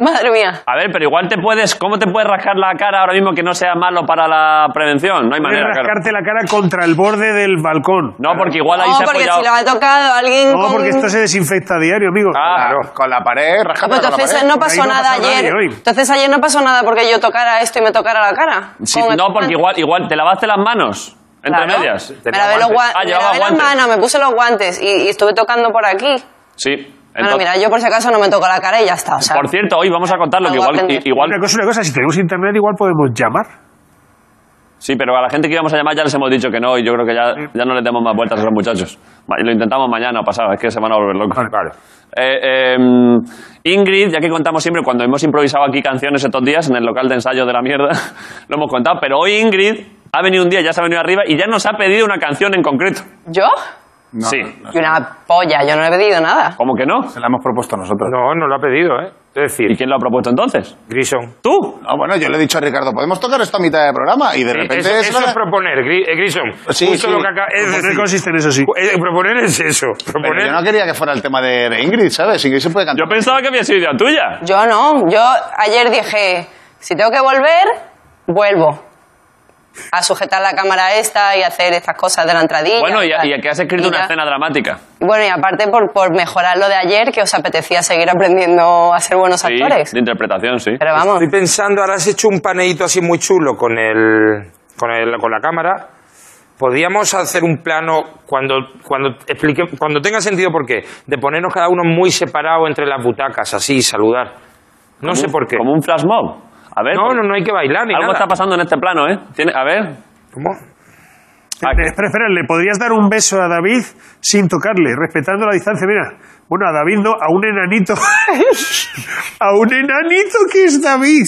[SPEAKER 3] madre mía.
[SPEAKER 1] A ver, pero igual te puedes... ¿Cómo te puedes rascar la cara ahora mismo que no sea malo para la prevención? No hay
[SPEAKER 6] Puedes
[SPEAKER 1] manera, claro.
[SPEAKER 6] rascarte la cara contra el borde del balcón.
[SPEAKER 1] No, porque igual ahí
[SPEAKER 3] No,
[SPEAKER 1] se ha
[SPEAKER 3] porque
[SPEAKER 1] apoyado...
[SPEAKER 3] si lo ha tocado alguien
[SPEAKER 6] No,
[SPEAKER 3] con...
[SPEAKER 6] porque esto se desinfecta a diario, amigo.
[SPEAKER 1] Ah,
[SPEAKER 2] Claro, con la pared,
[SPEAKER 3] Ah,
[SPEAKER 2] rajando
[SPEAKER 3] pues
[SPEAKER 2] con la
[SPEAKER 3] entonces
[SPEAKER 2] pared.
[SPEAKER 3] no pasó
[SPEAKER 6] Ahí no ha
[SPEAKER 3] nada
[SPEAKER 6] pasado nadie
[SPEAKER 3] ayer.
[SPEAKER 6] hoy.
[SPEAKER 3] Entonces ayer no pasó nada porque yo tocara esto y me tocara la cara.
[SPEAKER 1] Sí,
[SPEAKER 3] Con el
[SPEAKER 1] no, porque
[SPEAKER 3] pan.
[SPEAKER 1] igual, igual te lavaste las manos. Entre
[SPEAKER 3] Claro.
[SPEAKER 1] medias.
[SPEAKER 3] Me lavé, los gua-
[SPEAKER 1] Ah,
[SPEAKER 3] me
[SPEAKER 1] llevaba
[SPEAKER 3] lavé las
[SPEAKER 1] guantes.
[SPEAKER 3] manos, me puse los guantes y, y estuve tocando por aquí.
[SPEAKER 1] Sí.
[SPEAKER 3] bueno,
[SPEAKER 1] entonces-
[SPEAKER 3] mira, yo por si acaso no me toco la cara y ya está. O sea,
[SPEAKER 1] Por cierto, hoy vamos a contarlo, que
[SPEAKER 3] Algo
[SPEAKER 1] igual,
[SPEAKER 3] aprender.
[SPEAKER 1] igual
[SPEAKER 6] Una cosa, una cosa, si tenemos internet igual podemos llamar.
[SPEAKER 1] Sí, pero a la gente que íbamos a llamar ya les hemos dicho que no y yo creo que ya, ya no les demos más vueltas a los muchachos. Ma- Lo intentamos mañana o pasado, es que se van a volver locos. Eh, eh, Ingrid, ya que contamos siempre, cuando hemos improvisado aquí canciones estos días en el local de ensayo de la mierda, lo hemos contado, pero hoy Ingrid ha venido un día, ya se ha venido arriba y ya nos ha pedido una canción en concreto.
[SPEAKER 3] ¿Yo?
[SPEAKER 2] No,
[SPEAKER 1] sí.
[SPEAKER 3] Y una polla, yo no le he pedido nada.
[SPEAKER 1] ¿Cómo que no?
[SPEAKER 2] Se la hemos propuesto nosotros.
[SPEAKER 5] No, no lo ha pedido, ¿eh? Es
[SPEAKER 1] ¿Y
[SPEAKER 5] decir,
[SPEAKER 1] quién lo ha propuesto entonces?
[SPEAKER 5] Grison.
[SPEAKER 1] ¿Tú?
[SPEAKER 2] No, Ah, bueno, yo le he dicho a Ricardo, podemos tocar esto a mitad de programa y de
[SPEAKER 5] Eh,
[SPEAKER 2] repente
[SPEAKER 5] Eso,
[SPEAKER 2] es
[SPEAKER 5] eso
[SPEAKER 2] la-
[SPEAKER 5] es proponer, Gri- eh, Grison.
[SPEAKER 2] Sí,
[SPEAKER 5] Justo
[SPEAKER 2] sí.
[SPEAKER 5] lo que acá. Es
[SPEAKER 6] Proponer
[SPEAKER 5] decir,
[SPEAKER 6] consiste en eso, sí.
[SPEAKER 5] eh, proponer es eso.
[SPEAKER 2] Pero
[SPEAKER 5] Proponer.
[SPEAKER 2] yo no quería que fuera el tema de, de Ingrid, ¿sabes? Ingrid se puede
[SPEAKER 1] Yo
[SPEAKER 2] cantar.
[SPEAKER 1] pensaba que había sido idea tuya.
[SPEAKER 3] Yo no, yo ayer dije, si tengo que volver, vuelvo. a sujetar la cámara esta y hacer estas cosas de la entradilla.
[SPEAKER 1] Bueno, y,
[SPEAKER 3] tal.
[SPEAKER 1] y que has escrito
[SPEAKER 3] Y
[SPEAKER 1] una
[SPEAKER 3] ya.
[SPEAKER 1] escena dramática.
[SPEAKER 3] Y bueno, y aparte por, por mejorar lo de ayer, que os apetecía seguir aprendiendo a ser buenos
[SPEAKER 1] Sí,
[SPEAKER 3] actores.
[SPEAKER 1] de interpretación, sí.
[SPEAKER 3] Pero vamos,
[SPEAKER 5] Estoy pensando, ahora has hecho un paneíto así muy chulo con el, con el- con la cámara. Podríamos hacer un plano cuando cuando explique, cuando tenga sentido por qué, de ponernos cada uno muy separado entre las butacas, así saludar. No sé por qué.
[SPEAKER 1] Como un flash mob. A ver.
[SPEAKER 5] No, no, no hay que bailar ni
[SPEAKER 1] Algo
[SPEAKER 5] nada.
[SPEAKER 1] está pasando en este plano, ¿eh? Tiene- a ver.
[SPEAKER 5] ¿Cómo?
[SPEAKER 1] Ah,
[SPEAKER 6] Espera, espera, espera, ¿le podrías dar un beso a David sin tocarle, respetando la distancia? Mira, bueno, a David no, a un enanito. a un enanito que es David.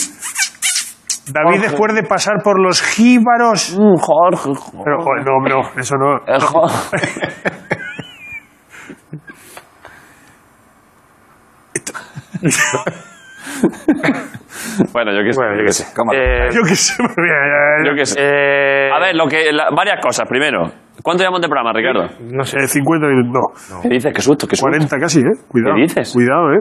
[SPEAKER 6] David después de pasar por los jíbaros.
[SPEAKER 1] Mm, Jorge. Jorge.
[SPEAKER 6] Pero, joder, no, hombre, no, eso no.
[SPEAKER 1] Eh, Jorge. bueno, yo qué sé.
[SPEAKER 5] Bueno, yo qué sé.
[SPEAKER 2] Cámara.
[SPEAKER 5] Eh,
[SPEAKER 6] Yo qué sé, mira, mira,
[SPEAKER 1] Yo
[SPEAKER 6] mira,
[SPEAKER 1] qué sé.
[SPEAKER 5] eh,
[SPEAKER 1] A ver, lo que, la- varias cosas. Primero, ¿cuánto llevamos de programa, Ricardo?
[SPEAKER 5] no sé.
[SPEAKER 6] eh, 50 minutos, no,
[SPEAKER 1] ¿Qué dices? Qué susto, qué susto.
[SPEAKER 6] 40 casi, ¿eh? Cuidado.
[SPEAKER 1] ¿Qué dices?
[SPEAKER 6] Cuidado, ¿eh?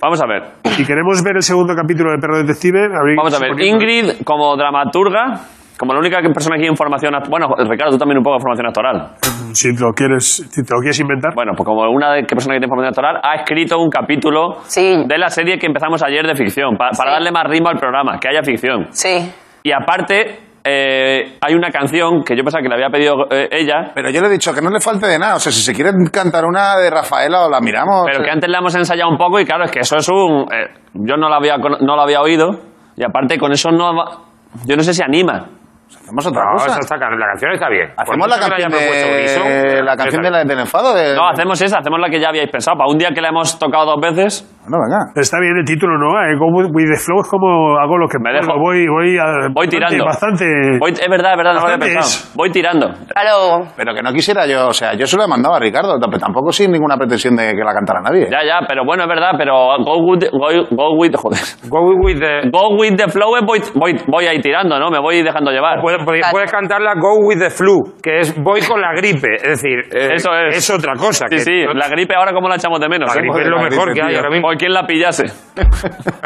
[SPEAKER 1] Vamos a ver.
[SPEAKER 6] Si queremos ver el segundo capítulo de Perro Detective, habréis-
[SPEAKER 1] Vamos a ver. Ingrid, como dramaturga, como la única persona aquí en formación... act- Bueno, Ricardo, tú también un poco de formación actoral.
[SPEAKER 6] Si te lo quieres, si te lo quieres inventar.
[SPEAKER 1] Bueno, pues como una de, que persona que tiene formación actoral, ha escrito un capítulo
[SPEAKER 3] Sí.
[SPEAKER 1] de la serie que empezamos ayer de ficción, pa- para
[SPEAKER 3] Sí.
[SPEAKER 1] darle más ritmo al programa, que haya ficción.
[SPEAKER 3] sí.
[SPEAKER 1] Y aparte, eh, hay una canción que yo pensaba que le había pedido eh, ella,
[SPEAKER 2] Pero yo le he dicho que no le falte de nada. O sea, si se quiere cantar una de Rafaela o la miramos.
[SPEAKER 1] pero que antes la hemos ensayado un poco y claro, es que eso es un... eh, yo no la, había, cono- no la había oído y aparte con eso no... va- Yo no sé si anima.
[SPEAKER 2] Hacemos otra
[SPEAKER 5] No,
[SPEAKER 2] cosa.
[SPEAKER 5] esa está- la canción está bien. Por
[SPEAKER 2] Hacemos la
[SPEAKER 5] mucho que
[SPEAKER 2] canción,
[SPEAKER 5] hayamos puesto
[SPEAKER 2] de,
[SPEAKER 5] Wilson,
[SPEAKER 2] la canción de la- del enfado.
[SPEAKER 3] Eh.
[SPEAKER 2] De...
[SPEAKER 1] No, hacemos esa, hacemos la que ya habíais pensado. Para un día que la hemos tocado dos veces,
[SPEAKER 2] Bueno, venga.
[SPEAKER 6] Está bien el título, ¿no? Eh, Go with with the flow es como hago lo que
[SPEAKER 1] Me
[SPEAKER 6] puedo,
[SPEAKER 1] dejo.
[SPEAKER 6] Voy, voy, a-
[SPEAKER 1] voy tirando.
[SPEAKER 6] Bastante.
[SPEAKER 1] Voy- es verdad, es verdad, no lo había
[SPEAKER 6] Bastante
[SPEAKER 1] pensado.
[SPEAKER 6] es.
[SPEAKER 1] Voy tirando.
[SPEAKER 3] Claro,
[SPEAKER 2] Pero que no quisiera yo, o sea, yo se lo he mandado a Ricardo, pero tampoco sin ninguna pretensión de que la cantara nadie.
[SPEAKER 1] Ya, ya, pero bueno, es verdad, pero go with, go, go with, joder.
[SPEAKER 5] Go with the-
[SPEAKER 1] Go with the flow, es voy, voy, voy ahí tirando, ¿no? Me voy dejando llevar.
[SPEAKER 5] Puedes, puedes- puedes cantarla Go with the flu, que es voy con la gripe. Es decir, eh,
[SPEAKER 1] Eso es.
[SPEAKER 5] otra cosa.
[SPEAKER 1] Sí,
[SPEAKER 5] que
[SPEAKER 1] sí, la gripe ahora como la echamos de menos.
[SPEAKER 5] eh,
[SPEAKER 1] ¿eh?
[SPEAKER 5] la gripe es lo
[SPEAKER 2] Joder, la
[SPEAKER 5] mejor
[SPEAKER 2] gripe,
[SPEAKER 5] que hay
[SPEAKER 2] tío.
[SPEAKER 5] ahora mismo.
[SPEAKER 1] O quien la pillase.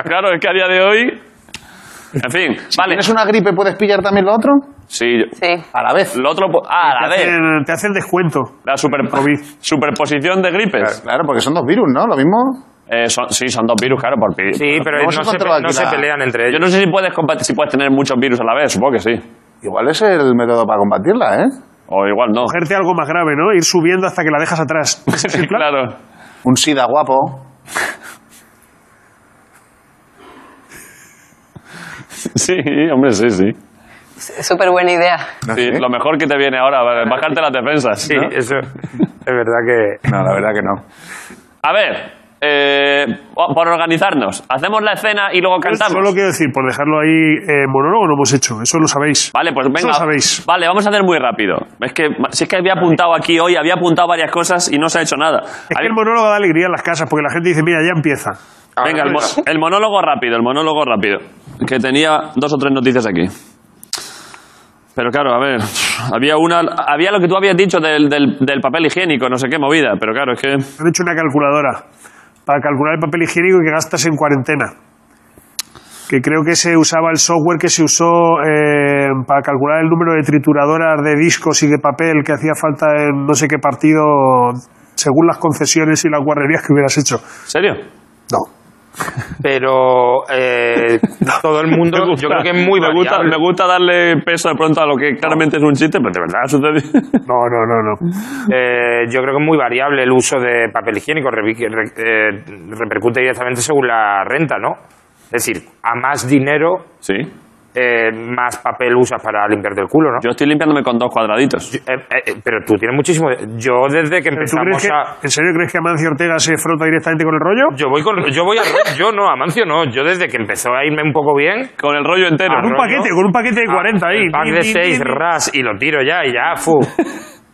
[SPEAKER 1] claro, es que a día de hoy. En fin, vale.
[SPEAKER 2] ¿Tienes una gripe puedes pillar también lo otro?
[SPEAKER 1] Sí, yo-
[SPEAKER 3] sí.
[SPEAKER 2] A la vez.
[SPEAKER 1] lo otro. po- Ah, a la
[SPEAKER 6] Te
[SPEAKER 1] vez.
[SPEAKER 6] hacen- te hacen descuento.
[SPEAKER 1] La super,
[SPEAKER 6] COVID.
[SPEAKER 1] superposición de gripes.
[SPEAKER 2] Claro, porque son dos virus, ¿no? Lo mismo.
[SPEAKER 1] Eh, son- sí, son dos virus, claro, por pi-
[SPEAKER 5] Sí, pero no
[SPEAKER 2] Vamos a
[SPEAKER 5] se,
[SPEAKER 2] controlar
[SPEAKER 5] pe- no
[SPEAKER 2] aquí
[SPEAKER 5] se
[SPEAKER 2] la-
[SPEAKER 5] pelean entre
[SPEAKER 1] Yo
[SPEAKER 5] ellos.
[SPEAKER 1] no sé si puedes, compa- si puedes tener muchos virus a la vez, supongo que sí.
[SPEAKER 2] Igual es el método para combatirla, ¿eh?
[SPEAKER 1] O igual no.
[SPEAKER 6] Cogerte algo más grave, ¿no? Ir subiendo hasta que la dejas atrás. ¿Ese es el plan?
[SPEAKER 1] claro.
[SPEAKER 2] Un sida guapo.
[SPEAKER 1] Sí, hombre, sí, sí.
[SPEAKER 3] Súper buena idea.
[SPEAKER 6] ¿Ah,
[SPEAKER 2] No
[SPEAKER 1] Sí,
[SPEAKER 2] sé.
[SPEAKER 1] lo mejor que te viene ahora, va- bajarte las defensas.
[SPEAKER 5] Sí,
[SPEAKER 1] ¿no?
[SPEAKER 5] eso es verdad que.
[SPEAKER 2] No, la verdad que no.
[SPEAKER 1] A ver, eh, o- por organizarnos, hacemos la escena y luego
[SPEAKER 6] Yo
[SPEAKER 1] cantamos.
[SPEAKER 6] Solo quiero decir, por dejarlo ahí eh, monólogo, no hemos hecho. Eso lo sabéis.
[SPEAKER 1] Vale, pues venga.
[SPEAKER 6] Eso lo sabéis.
[SPEAKER 1] Vale, vamos a hacer muy rápido. Es que ma- si es que había apuntado aquí hoy, había apuntado varias cosas y no se ha hecho nada.
[SPEAKER 6] Es que
[SPEAKER 1] Había-
[SPEAKER 6] el monólogo da alegría en las casas porque la gente dice, mira, ya empieza.
[SPEAKER 1] Venga, el, mo- el monólogo rápido, el monólogo rápido. Que tenía dos o tres noticias aquí. Pero claro, a ver, había una, había lo que tú habías dicho del, del- del papel higiénico, no sé qué movida, pero claro, es que
[SPEAKER 6] Han hecho una calculadora para calcular el papel higiénico que gastas en cuarentena. Que creo que se usaba el software que se usó eh, para calcular el número de trituradoras de discos y de papel que hacía falta en no sé qué partido según las concesiones y las guarrerías que hubieras hecho.
[SPEAKER 1] ¿en serio?
[SPEAKER 6] No.
[SPEAKER 5] Pero eh, todo el mundo.
[SPEAKER 1] Me gusta-
[SPEAKER 5] yo creo que es muy
[SPEAKER 1] me gusta,
[SPEAKER 5] variable.
[SPEAKER 1] me gusta darle peso de pronto a lo que claramente es un chiste, pero de verdad ha sucedido.
[SPEAKER 6] No, no, no, no.
[SPEAKER 5] Eh, yo creo que es muy variable el uso de papel higiénico. Re- re- eh, repercute directamente según la renta, ¿no? Es decir, a más dinero,
[SPEAKER 1] Sí.
[SPEAKER 5] eh, más papel usas para limpiarte el culo, ¿no?
[SPEAKER 1] Yo estoy limpiándome con dos cuadraditos.
[SPEAKER 5] Yo- eh, eh, pero tú tienes muchísimo. Yo desde que
[SPEAKER 6] Pero ¿Tú
[SPEAKER 5] empezamos
[SPEAKER 6] crees que,
[SPEAKER 5] a.
[SPEAKER 6] ¿En serio crees que Amancio Ortega se frota directamente con el rollo?
[SPEAKER 5] Yo voy, con, yo voy a. Yo no, Amancio no. Yo desde que empezó a irme un poco bien.
[SPEAKER 1] Con el rollo entero.
[SPEAKER 5] Ah,
[SPEAKER 6] Con un
[SPEAKER 5] rollo.
[SPEAKER 6] paquete, con un paquete de 40 ahí.
[SPEAKER 5] Ah, el pack
[SPEAKER 6] Ni,
[SPEAKER 5] de
[SPEAKER 6] ni, ni,
[SPEAKER 5] 6,
[SPEAKER 6] ni.
[SPEAKER 5] ras, y lo tiro ya, y ya, fu.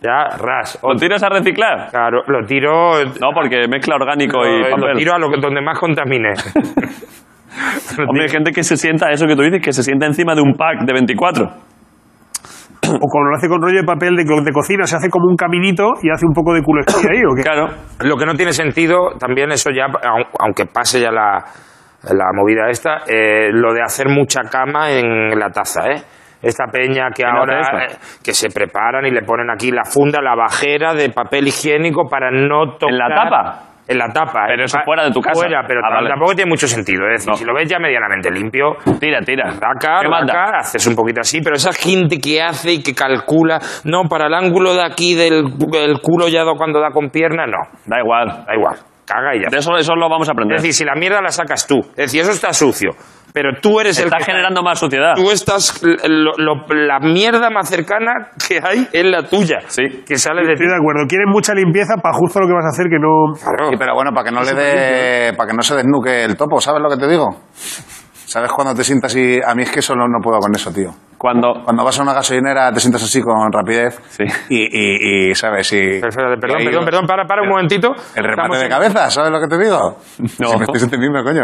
[SPEAKER 5] Ya, ras.
[SPEAKER 1] ¿Lo
[SPEAKER 5] Otro.
[SPEAKER 1] tiras a reciclar?
[SPEAKER 5] Claro, lo tiro.
[SPEAKER 1] No, porque mezcla orgánico y
[SPEAKER 5] eh, lo,
[SPEAKER 1] papel.
[SPEAKER 5] lo tiro a lo que- donde más contamine. Lo
[SPEAKER 1] Hombre, hay gente que se sienta, eso que tú dices, que se sienta encima de un pack de 24.
[SPEAKER 6] O como lo hace con rollo de papel de, de cocina, se hace como un caminito y hace un poco de culo esquí ahí, ¿o qué?
[SPEAKER 1] Claro.
[SPEAKER 5] Lo que no tiene sentido, también eso ya, au- aunque pase ya la, la movida esta, eh, lo de hacer mucha cama en la taza, ¿eh? esta peña que
[SPEAKER 1] no
[SPEAKER 5] ahora
[SPEAKER 1] hace
[SPEAKER 5] eh, que se preparan y le ponen aquí la funda, la bajera de papel higiénico para no tocar.
[SPEAKER 1] ¿En la tapa?
[SPEAKER 5] En la tapa.
[SPEAKER 1] Pero eso
[SPEAKER 5] Pa-
[SPEAKER 1] fuera de tu casa.
[SPEAKER 5] Fuera, pero
[SPEAKER 1] Ah,
[SPEAKER 5] tam-
[SPEAKER 1] vale.
[SPEAKER 5] tampoco tiene mucho sentido. ¿eh? Es decir,
[SPEAKER 1] No.
[SPEAKER 5] si lo ves ya medianamente limpio,
[SPEAKER 1] Tira, tira.
[SPEAKER 5] Raca,
[SPEAKER 1] ¿Qué más da?
[SPEAKER 5] raca, haces un poquito así, pero esa gente que hace y que calcula, no, para el ángulo de aquí del el culo ya da cuando da con pierna, no,
[SPEAKER 1] Da igual.
[SPEAKER 5] da igual, caga y ya.
[SPEAKER 1] De eso, eso lo vamos a aprender.
[SPEAKER 5] Es decir, si la mierda la sacas tú, es decir, eso está sucio, pero tú eres el
[SPEAKER 1] Está
[SPEAKER 5] que-
[SPEAKER 1] generando más suciedad.
[SPEAKER 5] Tú estás, lo- lo- la mierda más cercana que hay es la tuya,
[SPEAKER 1] Sí.
[SPEAKER 5] que sale de ti.
[SPEAKER 6] Estoy de acuerdo. Quieren mucha limpieza para justo lo que vas a hacer que no...
[SPEAKER 2] Sí, pero bueno, para que no le dé, para que no se desnuque el topo, ¿sabes lo que te digo? ¿Sabes cuando te sientas y a mí es que solo no puedo con eso, tío?
[SPEAKER 1] Cuando.
[SPEAKER 2] Cuando vas a una gasolinera te sientas así con rapidez
[SPEAKER 1] Sí.
[SPEAKER 2] y, y- y, ¿sabes? Y,
[SPEAKER 5] Espérate,
[SPEAKER 2] y
[SPEAKER 5] Perdón,
[SPEAKER 2] ahí
[SPEAKER 5] perdón, perdón, para, para un momentito. Estamos
[SPEAKER 2] El remate de
[SPEAKER 5] en-
[SPEAKER 2] cabeza, ¿sabes lo que te digo?
[SPEAKER 1] No.
[SPEAKER 2] Si me estáis entendiendo, coño.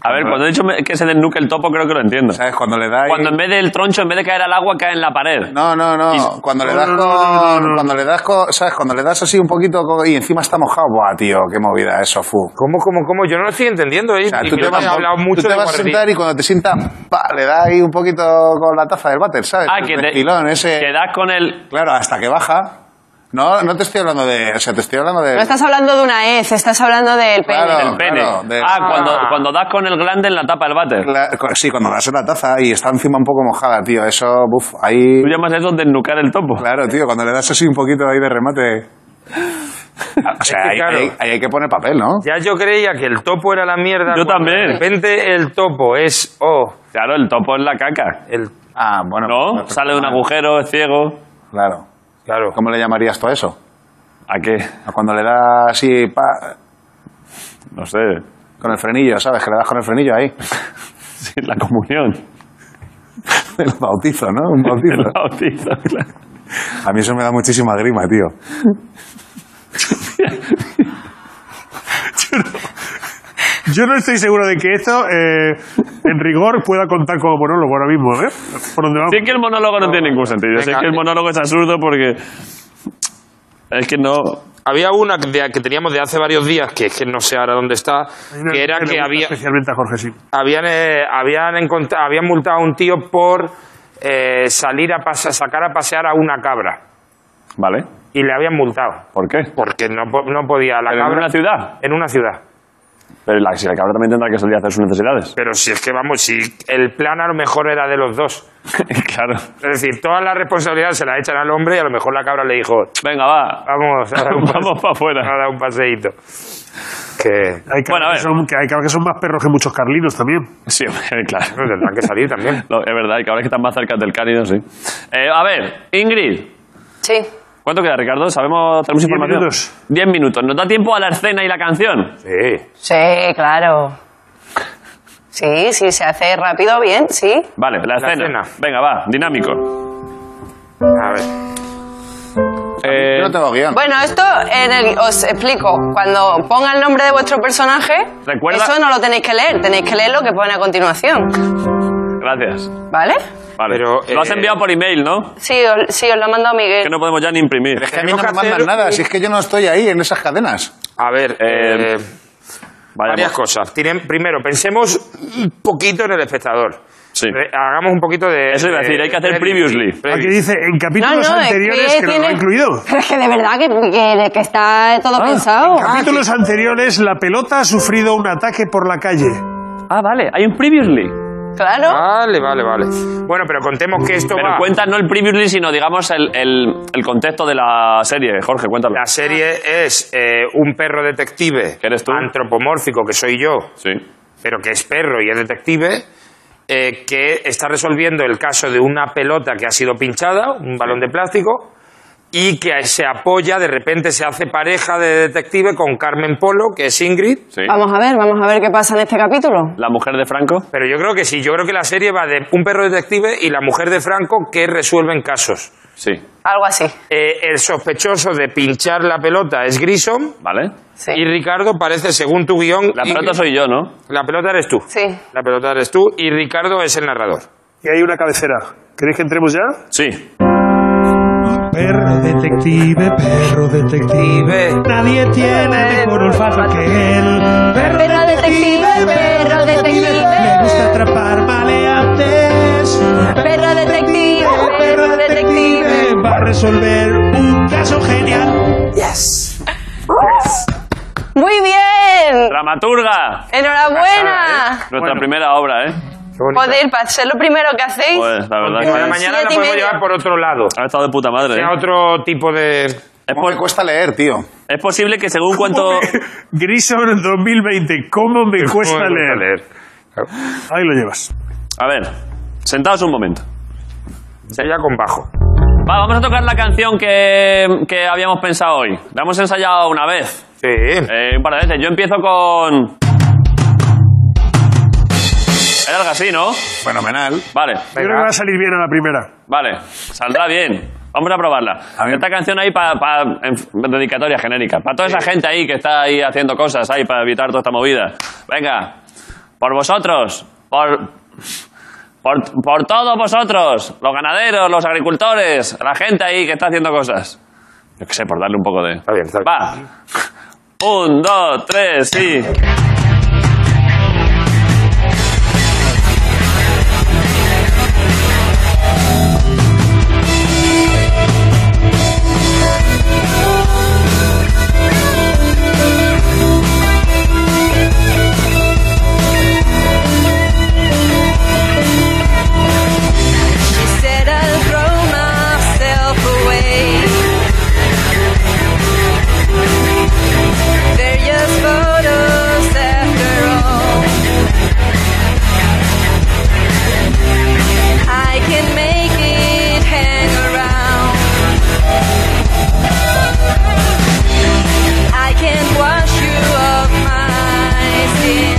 [SPEAKER 1] A
[SPEAKER 5] Ah.
[SPEAKER 1] ver, cuando he dicho me- que se desnuque el topo, creo que lo entiendo.
[SPEAKER 2] ¿Sabes? Cuando le da...
[SPEAKER 1] Cuando en vez del troncho, en vez de caer al agua, cae en la pared.
[SPEAKER 2] No, no, no.
[SPEAKER 1] Y-
[SPEAKER 2] Cuando le
[SPEAKER 6] No,
[SPEAKER 2] das
[SPEAKER 6] no,
[SPEAKER 2] con...
[SPEAKER 6] no, no, no, no.
[SPEAKER 2] Cuando le das con... ¿Sabes? Cuando le das así un poquito co- y encima está mojado. Buah, tío, qué movida eso, fu. O
[SPEAKER 5] ¿Cómo, cómo, cómo? Yo no lo estoy entendiendo, ¿eh?
[SPEAKER 2] sea,
[SPEAKER 5] Y
[SPEAKER 2] tú
[SPEAKER 5] mira
[SPEAKER 2] te,
[SPEAKER 5] que
[SPEAKER 2] vas,
[SPEAKER 5] he hablado
[SPEAKER 2] tú
[SPEAKER 5] mucho
[SPEAKER 2] te
[SPEAKER 5] de
[SPEAKER 2] vas a
[SPEAKER 5] guardia.
[SPEAKER 2] sentar y cuando te sientas, pa, le das ahí un poquito con la taza del váter, ¿sabes?
[SPEAKER 1] Ah,
[SPEAKER 2] El
[SPEAKER 1] que te,
[SPEAKER 2] resquilón
[SPEAKER 5] eh.
[SPEAKER 2] ese.
[SPEAKER 1] que das con el.
[SPEAKER 2] Claro, hasta que baja. No, no te estoy hablando de... O sea, te estoy hablando de...
[SPEAKER 3] No estás hablando de una hez, estás hablando del pene.
[SPEAKER 2] Claro,
[SPEAKER 1] el pene.
[SPEAKER 2] claro, de-
[SPEAKER 1] Ah, cuando, cuando das con el glande en la tapa del váter.
[SPEAKER 2] La- co- sí, cuando das en la taza y está encima un poco mojada, tío. Eso, buf, ahí...
[SPEAKER 1] Tú llamas eso desnucar el topo.
[SPEAKER 2] Claro, tío, cuando le das así un poquito ahí de remate. O sea,
[SPEAKER 5] Es que
[SPEAKER 2] ahí,
[SPEAKER 5] claro.
[SPEAKER 2] ahí- ahí hay que poner papel, ¿no?
[SPEAKER 5] Ya yo creía que el topo era la mierda.
[SPEAKER 1] Yo
[SPEAKER 5] cuando
[SPEAKER 1] también.
[SPEAKER 5] De repente el topo es. Oh,
[SPEAKER 1] Claro, el topo es la caca.
[SPEAKER 5] el.
[SPEAKER 2] Ah, bueno.
[SPEAKER 1] ¿No?
[SPEAKER 2] perfecto.
[SPEAKER 1] Sale de un
[SPEAKER 2] Ah,
[SPEAKER 1] agujero, es ciego.
[SPEAKER 2] Claro.
[SPEAKER 5] Claro.
[SPEAKER 2] ¿Cómo le llamarías tú a eso?
[SPEAKER 1] ¿A qué?
[SPEAKER 2] A cuando le das así pa-
[SPEAKER 1] No sé.
[SPEAKER 2] con el frenillo, ¿sabes? Que le das con el frenillo ahí.
[SPEAKER 1] Sí, la comunión.
[SPEAKER 2] El bautizo, ¿no?
[SPEAKER 1] El
[SPEAKER 2] Un bautizo.
[SPEAKER 1] bautizo, claro.
[SPEAKER 2] A mí eso me da muchísima grima, tío.
[SPEAKER 6] Yo no estoy seguro de que esto, eh, en rigor, pueda contar como monólogo ahora mismo, ¿eh? Por donde vamos.
[SPEAKER 1] Sí que el monólogo no tiene ningún sentido. Sé
[SPEAKER 5] Venga.
[SPEAKER 1] que el monólogo es absurdo porque... Es que no...
[SPEAKER 5] Había una que de- que teníamos de hace varios días, que es que no sé ahora dónde está,
[SPEAKER 6] Hay una
[SPEAKER 5] que era
[SPEAKER 6] le
[SPEAKER 5] que
[SPEAKER 6] gusta
[SPEAKER 5] había,
[SPEAKER 6] Especialmente a Jorge, sí.
[SPEAKER 5] habían, eh, habían, encont- habían multado a un tío por eh, salir a pasa- sacar a pasear a una cabra.
[SPEAKER 1] Vale.
[SPEAKER 5] Y le habían multado.
[SPEAKER 1] ¿Por qué?
[SPEAKER 5] Porque no, po- no podía la
[SPEAKER 1] Pero en
[SPEAKER 5] cabra.
[SPEAKER 1] una ciudad.
[SPEAKER 5] En una ciudad.
[SPEAKER 1] Pero la, si la cabra también tendrá que salir a hacer sus necesidades.
[SPEAKER 5] Pero si es que vamos, si el plan a lo mejor era de los dos.
[SPEAKER 1] claro.
[SPEAKER 5] Es decir, toda la responsabilidad se la echan al hombre y a lo mejor la cabra le dijo,
[SPEAKER 1] Venga, va.
[SPEAKER 5] Vamos, a dar un
[SPEAKER 1] Vamos para afuera.
[SPEAKER 5] A dar un paseíto. Que
[SPEAKER 6] Hay cabras
[SPEAKER 1] Bueno, a ver.
[SPEAKER 6] que, son, que hay cabras que son más perros que muchos carlinos también.
[SPEAKER 1] Sí, hombre, claro.
[SPEAKER 5] bueno, tendrán que salir también.
[SPEAKER 1] No, es verdad, que ahora que están más cerca del cánido, sí. Eh, a ver, Ingrid,
[SPEAKER 3] Sí.
[SPEAKER 1] ¿cuánto queda, Ricardo? ¿Sabemos, tenemos
[SPEAKER 6] Diez
[SPEAKER 1] información?
[SPEAKER 6] minutos.
[SPEAKER 1] Diez minutos. ¿Nos da tiempo a la escena y la canción?
[SPEAKER 5] Sí.
[SPEAKER 3] Sí, claro. Sí, sí, se hace rápido, bien, sí.
[SPEAKER 1] Vale, la, escena.
[SPEAKER 5] escena.
[SPEAKER 1] Venga, va, dinámico.
[SPEAKER 5] A ver.
[SPEAKER 1] Eh,
[SPEAKER 2] Yo no tengo guión.
[SPEAKER 3] Bueno, esto en el- os explico. Cuando ponga el nombre de vuestro personaje,
[SPEAKER 1] Recuerda-
[SPEAKER 3] eso no lo tenéis que leer, tenéis que leer lo que pone a continuación,
[SPEAKER 1] gracias.
[SPEAKER 3] ¿vale?
[SPEAKER 1] Vale.
[SPEAKER 5] Pero,
[SPEAKER 1] Lo has
[SPEAKER 5] eh,
[SPEAKER 1] enviado por email, ¿no?
[SPEAKER 3] Sí, os, sí, os lo ha mandado
[SPEAKER 1] Que
[SPEAKER 3] Miguel.
[SPEAKER 1] no podemos ya ni imprimir.
[SPEAKER 2] es que a mí no
[SPEAKER 5] tenemos
[SPEAKER 2] me
[SPEAKER 5] que hacer-
[SPEAKER 2] mandan nada, si es que yo no estoy ahí en esas cadenas.
[SPEAKER 5] A ver,
[SPEAKER 1] Eh,
[SPEAKER 5] eh,
[SPEAKER 1] Vaya,
[SPEAKER 5] varias cosas. Tiren- primero, pensemos un poquito en el espectador.
[SPEAKER 1] Sí.
[SPEAKER 5] Re- hagamos un poquito de.
[SPEAKER 1] Eso iba a
[SPEAKER 5] de-
[SPEAKER 1] decir, hay que hacer
[SPEAKER 5] de-
[SPEAKER 1] previously.
[SPEAKER 6] Aquí dice, en capítulos anteriores, que, no lo ha incluido.
[SPEAKER 3] Pero es que de verdad que, que, que está
[SPEAKER 1] Ah,
[SPEAKER 3] todo pensado.
[SPEAKER 6] En capítulos anteriores, la pelota ha sufrido un ataque por la calle.
[SPEAKER 1] Ah, vale, hay un previously.
[SPEAKER 3] Claro.
[SPEAKER 1] Ah,
[SPEAKER 5] Vale, vale, vale. Bueno, pero contemos que esto
[SPEAKER 1] Pero
[SPEAKER 5] va.
[SPEAKER 1] cuenta no el previously, sino digamos el, el- el contexto de la serie. Jorge, cuéntalo.
[SPEAKER 5] La serie es eh, un perro detective
[SPEAKER 1] ¿Que eres tú?
[SPEAKER 5] antropomórfico, que soy yo,
[SPEAKER 1] Sí.
[SPEAKER 5] pero que es perro y es detective, eh, que está resolviendo el caso de una pelota que ha sido pinchada, un balón de plástico, y que se apoya, de repente se hace pareja de detective con Carmen Polo, que es Ingrid.
[SPEAKER 1] sí.
[SPEAKER 3] Vamos a ver, vamos a ver qué pasa en este capítulo.
[SPEAKER 1] La mujer de Franco.
[SPEAKER 5] Pero yo creo que sí, yo creo que la serie va de un perro detective y la mujer de Franco que resuelven casos.
[SPEAKER 1] Sí.
[SPEAKER 3] Algo así.
[SPEAKER 5] Eh, el sospechoso de pinchar la pelota es Grissom
[SPEAKER 1] Vale.
[SPEAKER 3] Sí.
[SPEAKER 5] y Ricardo parece, según tu guión,
[SPEAKER 1] La
[SPEAKER 5] Ingrid-
[SPEAKER 1] pelota soy yo, ¿no?
[SPEAKER 5] la pelota eres tú.
[SPEAKER 3] Sí.
[SPEAKER 5] La pelota eres tú y Ricardo es el narrador.
[SPEAKER 6] Y hay una cabecera. ¿Queréis que entremos ya?
[SPEAKER 1] Sí.
[SPEAKER 4] Perro detective, perro detective. Nadie tiene mejor olfato que él.
[SPEAKER 8] Perro detective, perro detective.
[SPEAKER 4] Me gusta atrapar maleantes.
[SPEAKER 8] Perro detective,
[SPEAKER 4] resolver un caso genial.
[SPEAKER 3] Muy bien.
[SPEAKER 1] ¡Dramaturga!
[SPEAKER 3] Enhorabuena.
[SPEAKER 1] Nuestra primera obra, ¿eh?
[SPEAKER 3] Joder, para ser lo primero que hacéis.
[SPEAKER 1] Pues la verdad
[SPEAKER 5] Ahora
[SPEAKER 1] que es-
[SPEAKER 5] mañana la
[SPEAKER 3] Siete y
[SPEAKER 5] podemos
[SPEAKER 3] media.
[SPEAKER 5] llevar por otro lado.
[SPEAKER 1] ha estado de puta madre. ¿eh?
[SPEAKER 5] Sea otro tipo de...
[SPEAKER 1] Es,
[SPEAKER 2] ¿Cómo
[SPEAKER 1] po-
[SPEAKER 2] me cuesta leer, tío?
[SPEAKER 1] es posible que según cuanto...
[SPEAKER 6] Grison 2020, ¿cómo me
[SPEAKER 1] Pues
[SPEAKER 6] cuesta
[SPEAKER 5] Bueno, pues
[SPEAKER 6] leer?
[SPEAKER 5] leer. Claro.
[SPEAKER 6] Ahí lo llevas.
[SPEAKER 1] A ver, sentaos un momento.
[SPEAKER 5] Ella con bajo.
[SPEAKER 1] Va, vamos a tocar la canción que, que habíamos pensado hoy. La hemos ensayado una vez,
[SPEAKER 5] Sí.
[SPEAKER 1] eh, un par de veces. Yo empiezo con... Era algo así, ¿no?
[SPEAKER 2] Fenomenal.
[SPEAKER 1] Vale,
[SPEAKER 6] Yo creo que va a salir bien a la primera.
[SPEAKER 1] vale. Saldrá bien. Vamos a probarla.
[SPEAKER 2] A ver.
[SPEAKER 1] Esta canción ahí para dedicatoria genérica. Para toda esa gente ahí que está ahí haciendo cosas ahí para evitar toda esta movida. Venga, por vosotros, por, por, por todos vosotros, los ganaderos, los agricultores, la gente ahí que está haciendo cosas. Yo qué sé, por darle un poco de...
[SPEAKER 5] Está bien, está bien.
[SPEAKER 1] Va. Un, dos, tres, sí.
[SPEAKER 8] She said I'll throw myself away. They're just photos after all. I can make it hang around. I can wash you off my skin.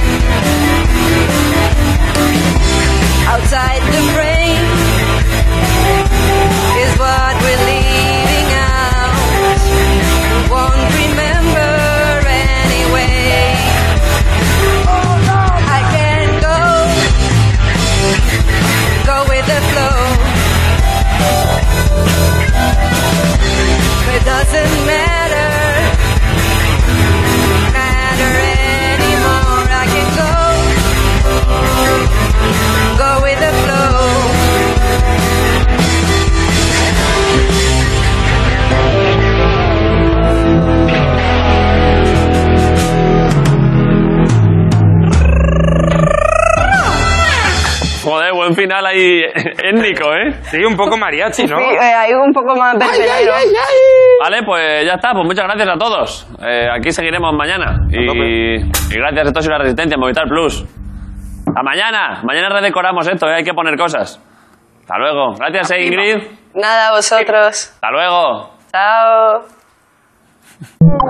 [SPEAKER 8] Outside the frame is what we're leaving out. Won't remember anyway. I can go, go with the flow. It doesn't matter, matter anymore. I can go, go with the flow.
[SPEAKER 1] Joder, buen final ahí étnico, ¿eh?
[SPEAKER 5] Sí, un poco mariachi, ¿no?
[SPEAKER 3] Sí, eh, ahí un poco más verbenero.
[SPEAKER 1] Vale, pues ya está. Pues muchas gracias a todos. Eh, aquí seguiremos mañana. Y, y gracias a todos y la Resistencia, Movistar Plus. A mañana. Mañana redecoramos esto, eh, hay que poner cosas. Hasta luego. Gracias, eh, Ingrid.
[SPEAKER 3] Nada, vosotros.
[SPEAKER 1] Hasta luego.
[SPEAKER 3] Chao.